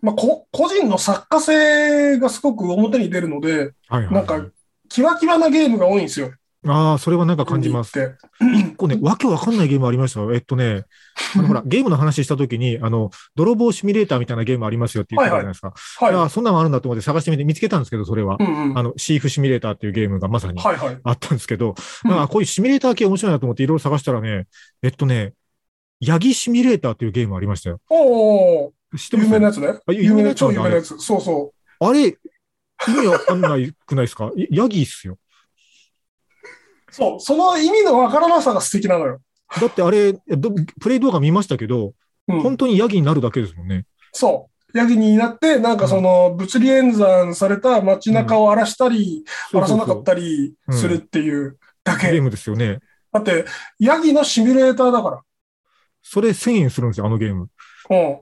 S3: まあこ個人の作家性がすごく表に出るので、
S2: うん、はいはい、
S3: なんか、キワキワなゲームが多いんですよ。
S2: ああ、それはなんか感じます。
S3: す。って
S2: 結構ね、わけわかんないゲームありましたよ。えっとね、あのほら、ゲームの話したときに、あの、泥棒シミュレーターみたいなゲームありますよって言ってたじゃないですか。
S3: はい。
S2: ああ、そんなのあるんだと思って探してみて見つけたんですけど、それは。
S3: うんうん。
S2: あ
S3: はい
S2: の、シーフシミュレーターっていうゲームがまさに
S3: はい。
S2: あったんですけど、
S3: うん
S2: なんかこういうシミュレーター系面白いなと思っていろいろ探したらね、えっとね、ヤギシミュレーターっていうゲームありましたよ。
S3: おー、
S2: 知ってま
S3: 有
S2: す
S3: 名なやつね。
S2: あ有名なやつ
S3: 超有名なやつ。そうそう。
S2: あれ、意味わかんないくないですかいヤギっすよ。
S3: そう、その意味のわからなさが素敵なのよ。
S2: だってあれ、どプレイ動画見ましたけど、
S3: うん
S2: 本当にヤギになるだけですもんね。
S3: そう。ヤギになって、なんかその物理演算された街中を荒らしたり、
S2: そ
S3: 荒
S2: う
S3: ら
S2: そ
S3: さ
S2: う
S3: な
S2: そ
S3: か
S2: う
S3: ったりするっていうだ
S2: ゲ
S3: け
S2: ー。ムですよね。
S3: だって、ヤギのシミュレーターだか
S2: それ1000円するんですよ、あのゲーム。
S3: ら。うん。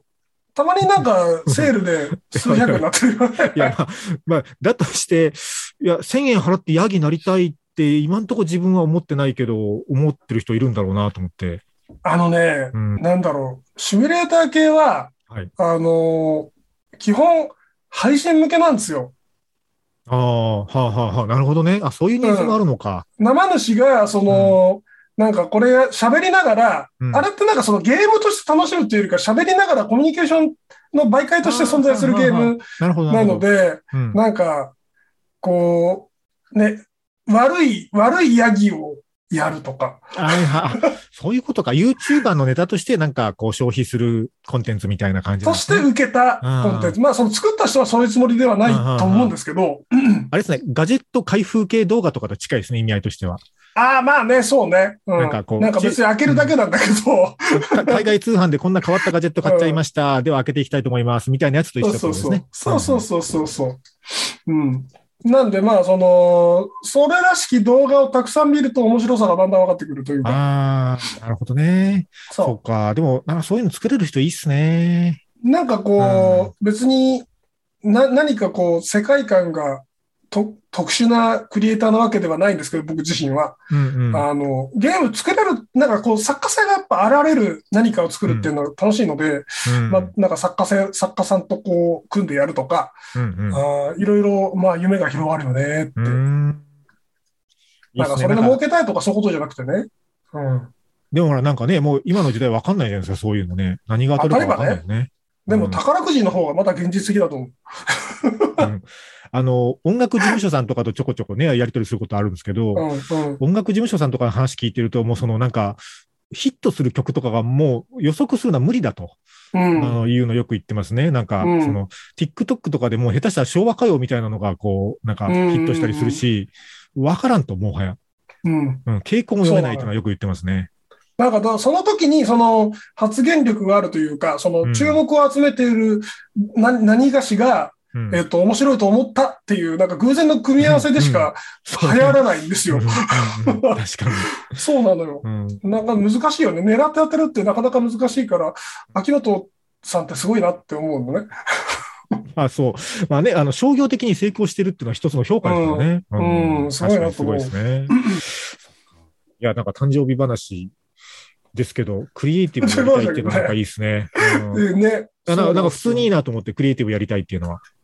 S3: たまになんかセールで数百円になってるよね。
S2: いや、まあ、まあ、だとして、いや、1000円払ってヤギになりたいって、今んとこ自分は思ってないけど、思ってる人いるんだろうなと思って。
S3: あのね、
S2: うん。
S3: なんだろう。シミュレーター系は、
S2: はい
S3: あのー基本、配信向けなんですよ。
S2: ああ、はあはあはあ、なるほどね。あ、そういうニーズもあるのか。
S3: 生主が、その、なんかこれ喋りながら、
S2: うん
S3: あれってなんかそのゲームとして楽しむっていうよりか喋りながらコミュニケーションの媒介として存在するゲーム
S2: なるほど、な
S3: な
S2: る
S3: の
S2: ほど。
S3: で、
S2: うん
S3: なんか、こう、ね、悪い、悪いヤギをやるとか、
S2: はいはいあそういうことか。YouTuber のネタとして、なんか、こう、消費するコンテンツみたいな感じなん
S3: と
S2: で
S3: し
S2: す
S3: て
S2: ね、
S3: 受けたコンテンツ。まあ、その作った人はそういうつもりではないと思うんですけど、
S2: あれですね、ガジェット開封系動画とかと近いですね、意味合いとして は。
S3: ああ、まあね、そうね。うん
S2: なんかこう
S3: なんか別に開けるだけなんだけど、
S2: か海外通販でこんな変わったガジェット買っちゃいました。では開けていきたいと思います。みたいなやつと一緒ってこ
S3: そ
S2: と
S3: う
S2: です
S3: そう
S2: ね。
S3: そう。そうそうそうそうそう。うん。なんでまあ、その、それらしき動画をたくさん見ると面白さがだんだん分かってくるというか、
S2: ああ、なるほどね。そ
S3: そう
S2: か。でも、なんかそういうの作れる人いいっすね。
S3: う。なんかこう、別にな、何かこう、世界観がと特殊なクリエイターなわけではないんですけど、僕自身は。
S2: うんうん。
S3: あの、ゲーム作れる、なんかこう、作家性がやっぱ現れる何かを作るっていうのが楽しいので、
S2: うん
S3: まあ、なんか作家性、作家さんとこう、組んでやるとか、
S2: うんうん
S3: あーいろいろ、まあ、夢が広がるよねって。
S2: うーん。いい
S3: な
S2: っ
S3: んか
S2: す
S3: そ
S2: ねな
S3: れで
S2: ん
S3: 儲
S2: か
S3: けたいとかそういうことじゃなくてね。うん。
S2: でもほら、なんかね、もう今の時代わかんないじゃないですか、そういうのね。何が当たるかわかんないよね。
S3: でも宝くじの方がまだ現実的だと思う。
S2: あの、音楽事務所さんとかとちょこちょこね、やり取りすることあるんですけど、
S3: うんうん
S2: 音楽事務所さんとかの話聞いてると、もうそのなんか、ヒットする曲とかがもう予測するのは無理だと、
S3: うん
S2: あのいうのよく言ってますね。なんか、
S3: うん
S2: その、TikTok とかでもう下手したら昭和歌謡みたいなのがこう、なんか
S3: う
S2: ヒ
S3: んうんうん
S2: ットしたりするし、わからんと、もはや。
S3: うん
S2: うん、傾向も読めないというのはよく言ってますね。
S3: なんかだ、その時に、その発言力があるというか、そ
S2: うん
S3: の注目を集めているな何がしが、
S2: うん
S3: えっと、面白いと思ったっていう、なんか偶然の組み合わせでしか
S2: そう
S3: 流行らないんです
S2: う
S3: よ
S2: ん。うんうん確かに。
S3: そうなのよ。
S2: うん
S3: なんか難しいよね。狙って当てるってなかなか難しいから、秋元さんってすごいなって思うのね。
S2: まあそう。まあね、あの、商業的に成功してるっていうのは一つの評価ですよね。
S3: うんうんすごい
S2: 確
S3: な
S2: かにすごいですね。いや、なんか誕生日話ですけど、クリエイティブやりたいっていうのはなんかいいですね。うんい
S3: でね。
S2: やなんかなんか普
S3: そう
S2: 通
S3: な
S2: に
S3: ん
S2: い
S3: で
S2: いなと思って、クリエイティブやりたいっていうのは。
S3: すよ。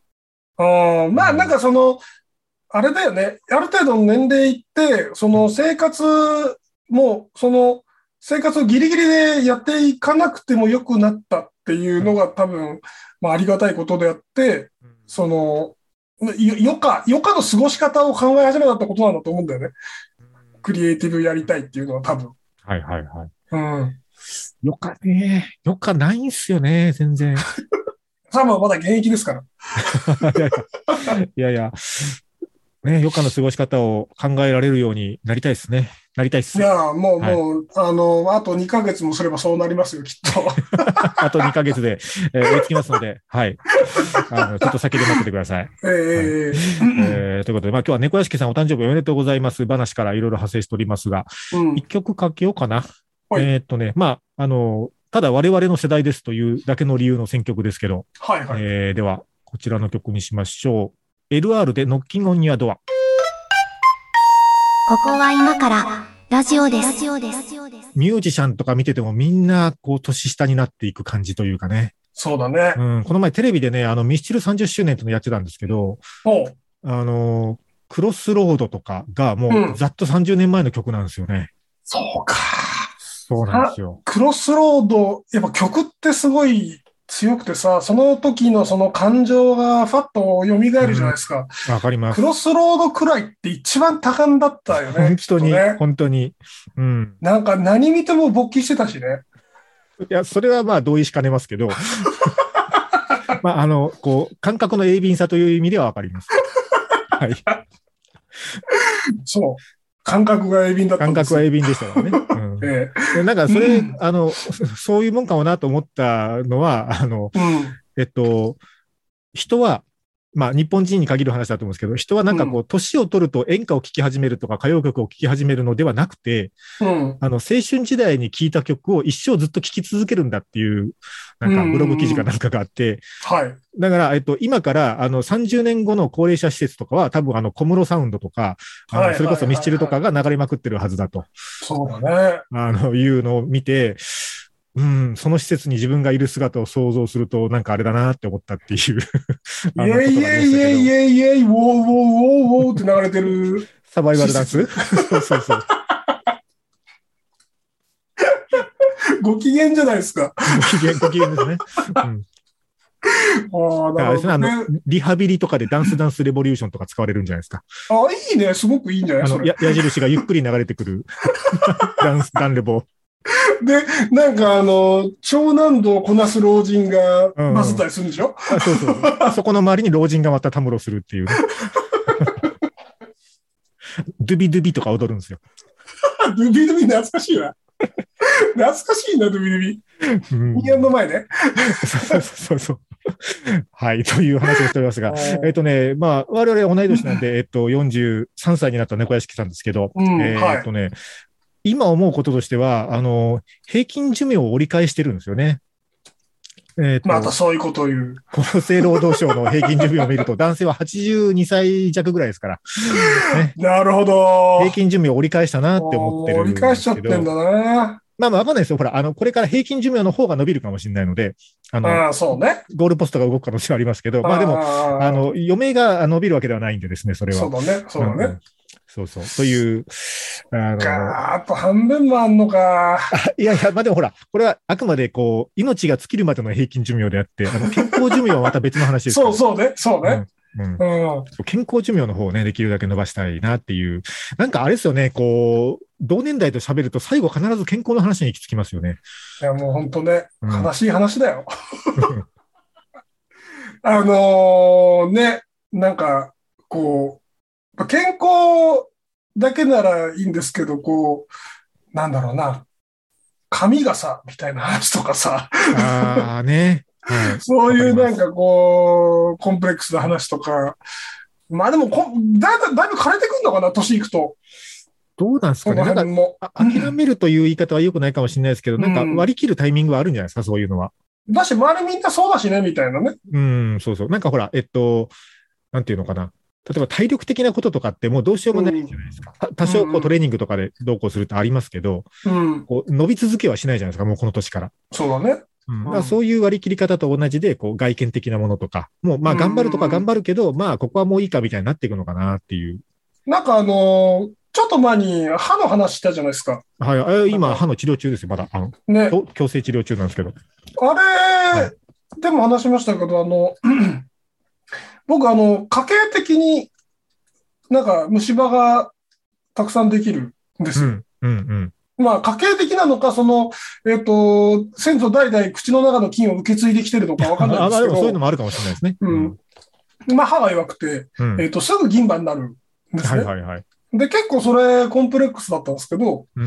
S3: うんまあなんかその、あれだよね。ある程度の年齢いって、その生活も、その生活をギリギリでやっていかなくても良くなったっていうのが多分、まあありがたいことであって、その、よ余暇、余暇の過ごし方を考え始めたってことなんだと思うんだよね。クリエイティブやりたいっていうのは多分。
S2: はいはいはい。
S3: うん。
S2: よかね。よかないんすよね、全 然。
S3: サムはまだ現役ですから。
S2: いやいや。ね、余暇の過ごし方を考えられるようになりたいですね。なりたいっす
S3: い。や、もう、
S2: はい
S3: もう、あの、あと2ヶ月もすればそうなりますよ、きっ と。
S2: あと2ヶ月で、えー追いつきますので、はい。あの、ちょっと先で待っててください。
S3: ええ
S2: えーということで、まあ今日は猫屋敷さんお誕生日おめでとうございます。話からいろいろ派生しておりますが、
S3: うん
S2: 一曲かけようかな。
S3: はい
S2: えーっとね、まあ、あの、ただ我々の世代ですというだけの理由の選曲ですけど、
S3: はいはい。
S2: えーでは、こちらの曲にしましょう。LR でノッキングオンニアドア。
S1: ここは今からラジオです。ラジオです。
S2: ミュージシャンとか見ててもみんな、こう、年下になっていく感じというかね。
S3: そうだね。
S2: うん、この前テレビでね、あの、ミスチル30周年ってのやってたんですけど、
S3: おう
S2: あのークロスロードとかがも
S3: うん
S2: うざっと30年前の曲なんですよね。
S3: そうか。
S2: そうなんですよ。
S3: クロスロード、やっぱ曲ってすごい強くてさ、その時のその感情がファッと蘇るじゃないですか。
S2: わかります
S3: ク。ロスロードくらいって一番多感だったよね。
S2: 本当に、
S3: きっとね
S2: 本当に。うん。
S3: なんか何見ても勃起してたしね。
S2: いや、それはまあ同意しかねますけ ど、まあ、あの、こう、感覚の鋭敏さという意味ではわかります。はい。
S3: そう。感覚が鋭敏だったん
S2: 感
S3: です
S2: 覚は鋭敏でしたからね。うん
S3: え
S2: で、なんか、それ、
S3: うん
S2: あの、そそういうもんかもなと思ったのは、あの、
S3: えうん。
S2: えっと、人は、まあ、日本人に限る話だと思うんですけど、人はなんかこう、年を取ると演歌を聴き始めるとか、歌謡曲を聴き始めるのではなくて、
S3: うん。
S2: あの、青春時代に聴いた曲を一生ずっと聴き続けるんだっていう、なんかブログ記事かなんかがあって、
S3: はい。
S2: だから、えっと、今から、あの、30年後の高齢者施設とかは、多分、あの、小室サウンドとか、あ
S3: は
S2: の
S3: い
S2: それこそミスチルとかが流れまくってるはずだと、
S3: そうだね。
S2: あの、いうのを見て、うん、その施設に自分がいる姿を想像すると、なんかあれだなって思ったっていう。
S3: イェイイェイイェイイ
S2: イ
S3: ェイイェイ、ウォーウォーウォーウォーって流れてる。
S2: サバイバルダンス そうそうそう。
S3: ご機嫌じゃないですか。あ
S2: ご機嫌、ご機嫌ですね。うん。
S3: あ、
S2: だからあれ
S3: なる
S2: です
S3: ほ
S2: ね、あ
S3: どね。
S2: の、リハビリとかでダンスダンスレボリューションとか使われるんじゃないですか。
S3: あいいね。すごくいいんじゃな
S2: あ
S3: いそ
S2: の、
S3: れ。
S2: や矢印がゆっくり流れてくる。ダンス、ダンレボ。
S3: で、なんかあの、超難度をこなす老人が
S2: うん
S3: バズったりするんでしょ
S2: あそうそう。そこの周りに老人がまたたむろするっていう ね、ドゥビドゥビとか踊るんですよ。
S3: あドゥビドゥビ懐かしいな。 懐かしいな、ドゥビドゥビ。
S2: うん
S3: 人間の前ね。
S2: そうそうそう。はい、という話をしております が、
S3: うん
S2: えっとね、まあ、我々同い年なんで、えっと、43歳になった猫屋敷さんですけど、
S3: うん
S2: え
S3: はい
S2: っとね、今思うこととしては、あの、平均寿命を折り返してるんですよね。えっと、
S3: またそういうことを言う。
S2: 厚生労働省の平均寿命を見る と、男性は82歳弱ぐらいですから、ね、
S3: なるほど。
S2: 平均寿命を折り返したなって思ってる
S3: もうん折
S2: ですけど。
S3: り返しちゃってんだな。
S2: まあまあわかんないですよ。ほら、あの、これから平均寿命の方が伸びるかもしれないので、あの、
S3: ああ、そうね。
S2: ゴールポストが動く可能性はありますけど、まあでも、
S3: あ
S2: あ
S3: の、
S2: の、余命が伸びるわけではないんでですね、それは。
S3: そうだね。そうだ
S2: う
S3: ね
S2: ん。そうそう。という、あの、
S3: ガーッと半分もあん のか。
S2: いやいや、まあでもほら、これはあくまでこう、命が尽きるまでの平均寿命であって、あの健康寿命はまた別の話ですか
S3: そ
S2: ら。
S3: うそうね、そうね。
S2: うん
S3: うん。
S2: そう健康寿命の方をね、できるだけ伸ばしたいなっていう。なんかあれですよね、こう、同年代と喋ると最後必ず健康の話に行き着きますよね。
S3: いや、もう本当ね、
S2: うん
S3: 悲しい 話だよ。あのーね、なんか、こう、健康だけならいいんですけど、こう、なんだろうな、髪がさ、みたいな話とかさ、
S2: ああね。はい
S3: そういう
S2: わか
S3: な
S2: り
S3: ん
S2: ます
S3: かこう、コンプレックスな話とか、まあでもこだいぶ、だいぶ枯れてくるのかな、年いくと。
S2: どうなんです
S3: そ
S2: かね。
S3: の
S2: なん
S3: 辺
S2: か
S3: も。
S2: あ諦めるという言い方は良くないかもしれないですけど、なんか
S3: うん
S2: 割り切るタイミングはあるんじゃないですか、そういうのは。
S3: だし、周りみんなそうだしね、みたいなね。
S2: うん、そうそう。なんかほら、えっと、なんていうのかな。例えば体力的なこととかってもうどうしようもないじゃないですか。た多少
S3: うん
S2: こ
S3: う
S2: うんトレーニングとかでどうこうするってありますけど、
S3: うん、
S2: こう伸び続けはしないじゃないですか、もうこの年から。
S3: そうだね。
S2: うんだからそういう割り切り方と同じで、こう外見的なものとか、もうまあ頑張るとか
S3: うん
S2: 頑張るけど、まあここはもういいかみたいになっていくのかなっていう。
S3: なんかあのーちょっと前に歯の話したじゃないですか。
S2: はいあ、
S3: なん
S2: 今
S3: か
S2: 歯の治療中ですよ、まだ。あの
S3: ね。
S2: と強制治療中なんですけど。
S3: あれ、でも話しましたけど、あの、 僕、あの、家系的になんか虫歯がたくさんできるんで
S2: う
S3: すよ。
S2: ん、うん、うん。
S3: まあ、家系的なのか、その、えっと、先祖代々口の中の菌を受け継いできてるのかわかんない
S2: あ
S3: ん
S2: ま
S3: で
S2: あ
S3: す
S2: で
S3: け
S2: もそういうの
S3: ど、
S2: もあるかもしれないですね。
S3: うん。まあ、歯が弱くて、
S2: うん
S3: えっと、すぐ銀歯になるんです
S2: はい
S3: ね。
S2: はいはい。
S3: で、結構それコンプレックスだったんですけど、
S2: うん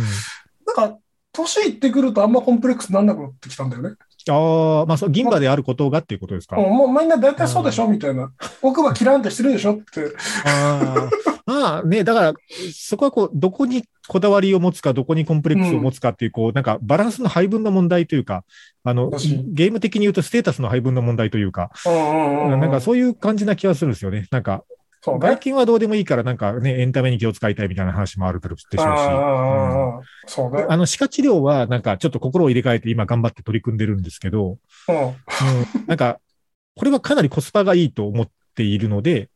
S3: なんか、年いってくるとあんまコンプレックスになんなくなってきたんだよね。
S2: ああ、まあそう、銀歯であることがっていうことですか。
S3: うんもうみんな大体そうでしょみたいな。奥歯切らんとしてるでしょって。
S2: あーまあね、だから、そこはこう、どこにこだわりを持つか、どこにコンプレックスを持つかっていう、こう、なんかバランスの配分の問題というか、あの、
S3: 確かに
S2: ゲーム的に言うとステータスの配分の問題というか、
S3: な
S2: なんかそういう感じな気はするんですよね。なんか、
S3: そう
S2: 外
S3: ね。
S2: 見はどうでもいいから、なんかね、エンタメに気を使いたいみたいな話もあるでしょうし。
S3: あ
S2: うん
S3: あ、そうね。
S2: あの、歯科治療は、なんかちょっと心を入れ替えて今頑張って取り組んでるんですけど、
S3: うん
S2: うんなんか、これはかなりコスパがいいと思っているので、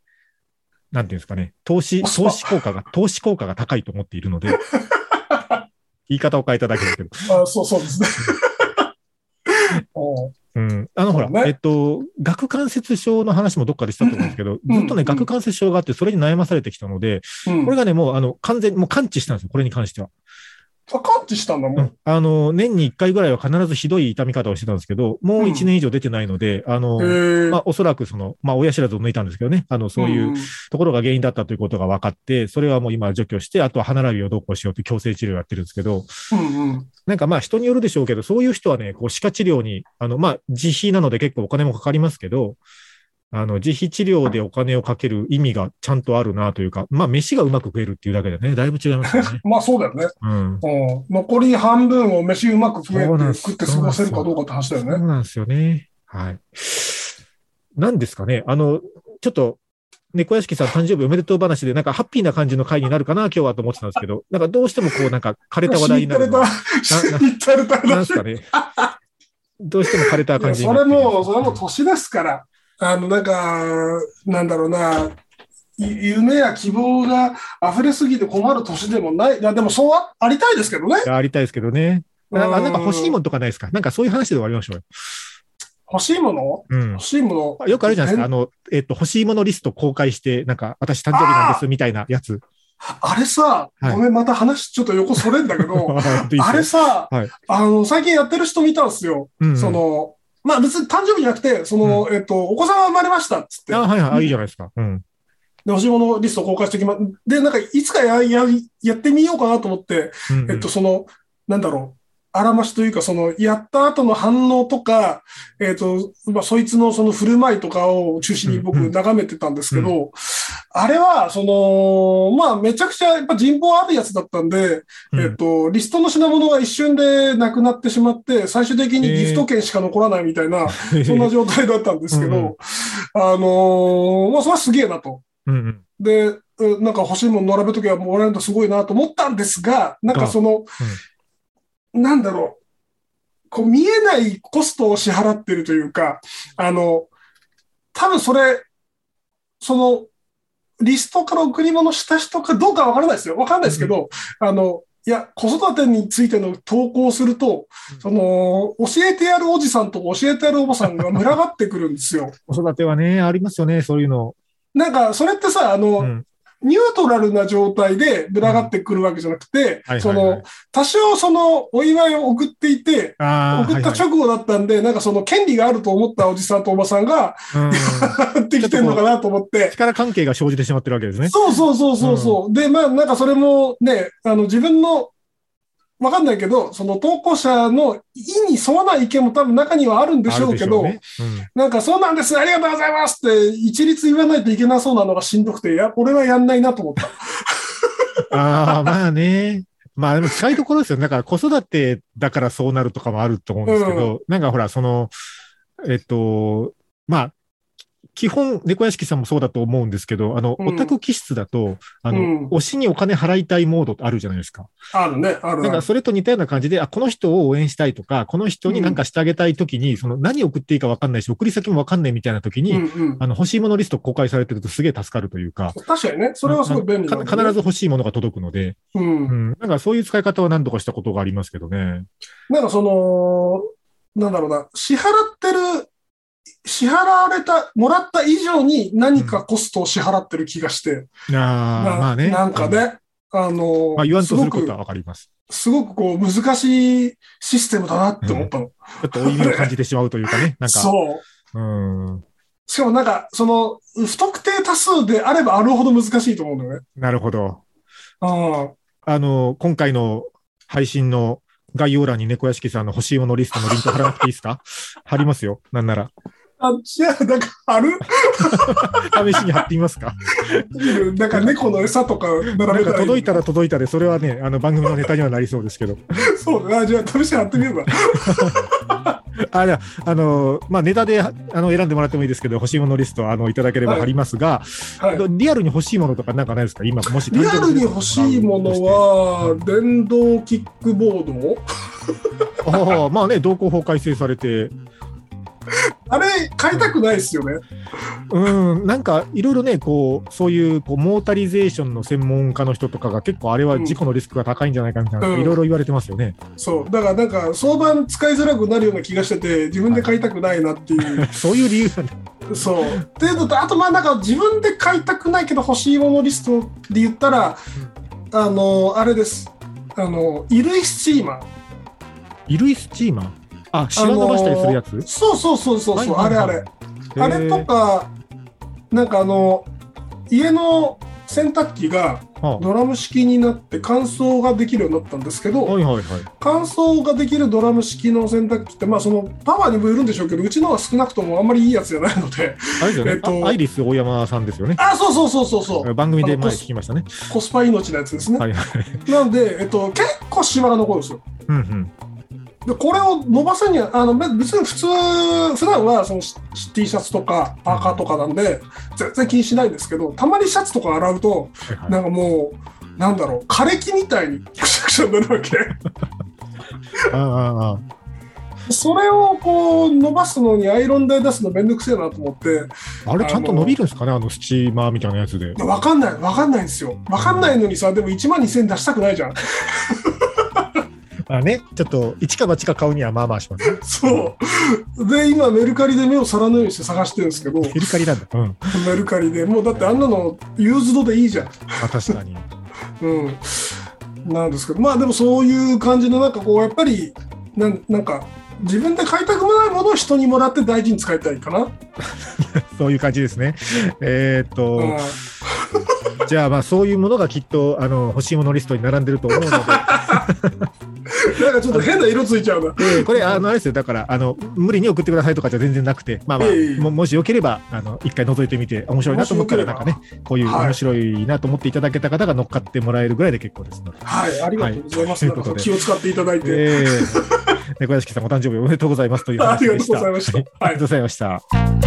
S2: なんていうんですかね、投資、
S3: コスパ
S2: 投資効果が、投資効果が高いと思っているので、言い方を変えただけですけど、
S3: あそうそう ですね。うん
S2: うん、あのほら、
S3: そうね
S2: えっと、顎関節症の話もどっかでしたと思うんですけど、
S3: うん
S2: ずっとね、
S3: うん
S2: 顎関節症があって、それに悩まされてきたので、
S3: うん
S2: これがね、もう、あの、完全に、もう完治したんですよ、これに関しては。
S3: あ感知したんだもん。
S2: あの、年に1回ぐらいは必ずひどい痛み方をしてたんですけど、もう1年以上出てないので、あの、
S3: へえ
S2: まあ、おそらくその、まあ、親知らずを抜いたんですけどね、あの、そういう、ところが原因だったということが分かって、それはもう今除去して、あとは歯並びをどうこうしようって強制治療をやってるんですけど、
S3: うんうん
S2: なんかまあ人によるでしょうけど、そういう人はね、こう歯科治療に、あのまあ自費なので結構お金もかかりますけど、あの自費治療でお金をかける意味がちゃんとあるなというか、まあ飯がうまく食えるっていうだけでね、だいぶ違いますよね。
S3: まあそうだよね。
S2: うん。
S3: うん残り半分を飯うまく食え
S2: そうなんで
S3: て
S2: す
S3: 食って過ごせるかどうかって話だよ
S2: そう
S3: ね。
S2: なんですよね。はい。なんですかね、あの、ちょっと、猫屋敷さん誕生日おめでとう話で、なんかハッピーな感じの回になるかな、今日はと思ってたんですけど、なんかどうしてもこう、なんか枯れた話題に
S3: しっ
S2: な
S3: た
S2: る
S3: れ
S2: のは、、
S3: た しっかれた
S2: なんで
S3: 話
S2: す。かね。どうしても枯れた感じ
S3: い
S2: にな
S3: やそ
S2: っ
S3: れ
S2: てきます
S3: も、それも年ですから、あの、なんか、なんだろうな、い夢や希望が溢れすぎて困る年でもない。いや、でもそうあありたいですけどね。
S2: いやありたいですけどね。なんかなんか欲しいも
S3: の。
S2: のとかないですかなんかそういう話で終わりましょうよ。
S3: 欲しいもの
S2: うん
S3: 欲。しいもの。
S2: よくあるじゃないですか。あ
S3: え
S2: の、えっと、欲しいものリスト公開して、なんか、私誕生日なんです、みたいなやつ。
S3: あれさ、
S2: はい
S3: ごめん、また話ちょっと横それ んだけど、あれさ、
S2: はい
S3: あの、最近やってる人見たんですよ。
S2: うんうん
S3: その、まあ別に誕生日じゃなくて、その、えっと、お子さんが生まれましたっつって
S2: あ、。はいはいあ、いいじゃないですか。うん。
S3: で、欲しいものリスト公開しておきます。で、なんか、いつかや、や、やってみようかなと思って、
S2: うんうん
S3: えっと、その、なんだろう、あらましというか、その、やった後の反応とか、えっと、まあ、そいつのその振る舞いとかを中心に僕
S2: うん
S3: 眺めてたんですけど、あれは、その、まあ、めちゃくちゃやっぱ人望あるやつだったんで、
S2: うん
S3: えっと、リストの品物が一瞬でなくなってしまって、最終的にギフト券しか残らないみたいな、そ んな状態だったんですけ
S2: うん
S3: ど、あのーまあ、それはすげえなと。
S2: うんうん
S3: で、うなんか欲しいもの並べときはもらえるとすごいなと思ったんですが、なんかその、なんだろう、こう見えないコストを支払ってるというか、あの、多分それ、その、リストから贈り物した人かどうかわからないですよ。わからないですけど、あの、いや、子育てについての投稿をすると、その、教えてやるおじさんと教えてやるおばさんが群がってくるんですよ。
S2: 子育てはね、ありますよね、そういうの。
S3: なんか、それってさ、あの、
S2: うん
S3: ニュートラルな状態で群がってくるわけじゃなくて、
S2: はいはいはい
S3: その、多少その、お祝いを送っていて、
S2: あー
S3: 送った直後だったんで、なんかその権利があると思ったおじさんとおばさ んが、
S2: はいはい
S3: やってきてるのかなと思っ
S2: うん
S3: て。
S2: 力関係が生じてしまってるわけですね。
S3: そうそうそうそうそう。で、まあなんかそれもね、あの自分の、わかんないけど、その投稿者の意に沿わない意見も多分中にはあるんでしょうけど、
S2: あるでしょうね
S3: なんかそうなんです、ありがとうございますって一律言わないといけなそうなのがしんどくて、いや、俺はやんないなと思った。
S2: うんああ、まあね。まあでも近いところですよ。だから子育てだからそうなるとかもあると思うんですけど、なんかほら、その、えっと、まあ、基本、猫屋敷さんもそうだと思うんですけど、あの、
S3: うん
S2: オタク気質だと、あの、
S3: うん
S2: 推しにお金払いたいモードあるじゃないですか。
S3: あるね、あ
S2: な
S3: る
S2: ん
S3: あ
S2: か
S3: る。
S2: それと似たような感じで、あ、この人を応援したいとか、この人に何かしてあげたいときに、その何送っていいか分かんないし、送り先も分かんないみたいなときに、
S3: うんうん、
S2: あの、欲しいものリスト公開されてるとすげえ助かるというか、
S3: 確かにね、それはすごい便利
S2: か
S3: だ、ね、
S2: 必ず欲しいものが届くので、
S3: ず、うん
S2: う。ん、なんかそういう使い方は何度かしたことがありますけどね。
S3: なんかその、なんだろうな、支払ってる、支払われた、もらった以上に何かコストを支払ってる気がして、
S2: あー
S3: な
S2: まあね。
S3: なんかね、あの、
S2: まあ言わん
S3: す
S2: とす
S3: ご
S2: ることは
S3: く、
S2: わかります。
S3: すごくこう難しいシステムだなって思ったの。
S2: ちょっと負い目を感じてしまうというかね。なんか、
S3: そう。
S2: うん。
S3: しかもなんか、その、不特定多数であればあるほど難しいと思うんだよね。
S2: なるほど。
S3: あ
S2: あの、今回の配信の概要欄に猫屋敷さんの欲しいものリストのリンク貼らなくていいですか貼りますよ。なんなら。
S3: あ。あ、じゃあ、なんか、ある
S2: 試しに貼ってみ ますか
S3: なんか猫の餌とか並べた
S2: な
S3: ら
S2: んか届いた
S3: ら。
S2: ら届いたで、それはね、あの番組のネタにはなりそうですけど。
S3: そうだな。じゃあ、試しにやってみれ ば。
S2: あじゃあ、あの、まあ、ネタであの選んでもらってもいいですけど、欲しいものリストあのいただければ
S3: はい
S2: 貼りますが、
S3: はい。
S2: リアルに欲しいものとかなんかないですか今、もし
S3: リアルに欲しいものは、電動キックボード
S2: ああまあね、同行法改正されて、
S3: あれ、買いたくないですよね。
S2: うん、なんかいろいろね、こう、そういうこうモータリゼーションの専門家の人とかが結構あれは事故のリスクが高いんじゃないかみたいな、
S3: うん
S2: いろいろ言われてますよね。
S3: そう。だから、なんか、相場使いづらくなるような気がしてて、自分で買いたくないなっていう。
S2: そういう理由なんだ。
S3: そう。っていうのと、あと、まあ、なんか、自分で買いたくないけど欲しいものリストで言ったら、あの、あれです。あの、衣類スチーマー。
S2: 衣類スチーマーあ、シワ伸ばしたりするやつ、
S3: そうそうそうそうそう、
S2: はいはい
S3: あれ
S2: は
S3: あ
S2: い
S3: れ。あれとか、なんかあの、家の洗濯機が
S2: は
S3: ドラム式になって乾燥ができるようになったんですけ
S2: あ、
S3: ど、
S2: はいはいはい。
S3: 乾燥ができるドラム式の洗濯機って、まあそのパワーにもよるんでしょうけど、うちのは少なくともあんまりいいやつじゃないので、
S2: あれですよね、
S3: えっと
S2: あアイリス大山さんですよね。
S3: あ、そうそうそうそうそう、
S2: 番組で
S3: あの
S2: 前聞きましたね。
S3: コスパ命のやつですね。
S2: はいはい。
S3: なんで、えっと、結構シワが残るんですよ。
S2: うんうん。
S3: でこれを伸ばすにはあのべ別に普通普段はそのし T シャツとかパーカーとかなんで全然気にしないんですけどたまにシャツとか洗うと
S2: はいはい
S3: なんかもうなんだろう枯れ木みたいにくしゃくしゃになるわけ
S2: ああああ
S3: それをこう伸ばすのにアイロン台出すのめんどくせえなと思って
S2: あれちゃんと伸びるんですかねあのスチーマーみたいなやつで。
S3: でわかんないわかんないんですよわかんないのにさでも1万2000円出したくないじゃん
S2: あね、ちょっと一か八か買うにはまあまあします ね。
S3: そうで今メルカリで目を皿のようにして探してるんですけど
S2: メルカリなんだ。うん。
S3: メルカリでもうだってあんなのユーズドでいいじゃん
S2: あ確かに。
S3: うん、なんですけどまあでもそういう感じのなんかこうやっぱりなんなんか自分で買いたくないものを人にもらって大事に使いたいかな。
S2: そういう感じですね。えーっ
S3: う
S2: と
S3: ん、
S2: じゃあまあそういうものがきっとあの欲しいものリストに並んでると思うので、
S3: なんかちょっと変な色ついちゃうな。
S2: えーこれあのあれですよ。だからあの無理に送ってくださいとかじゃ全然なくて、まあまあ、
S3: ええ
S2: ももしよければあの一回覗いてみて面白いなと思ったら
S3: も
S2: なん
S3: し
S2: か
S3: よければ
S2: ね、こういう
S3: はい
S2: 面白いなと思っていただけた方が乗っかってもらえるぐらいで結構ですので。
S3: はい、ありがとうございます。
S2: はい
S3: な
S2: というこ
S3: んか
S2: とで
S3: 気を使っていただいて。
S2: ええ猫屋敷さんお誕生日おめでとうございましたという
S3: あ
S2: 話
S3: りが
S2: で
S3: と
S2: し
S3: う
S2: た。
S3: ございました。
S2: あ
S3: は
S2: り
S3: い
S2: がとうございました。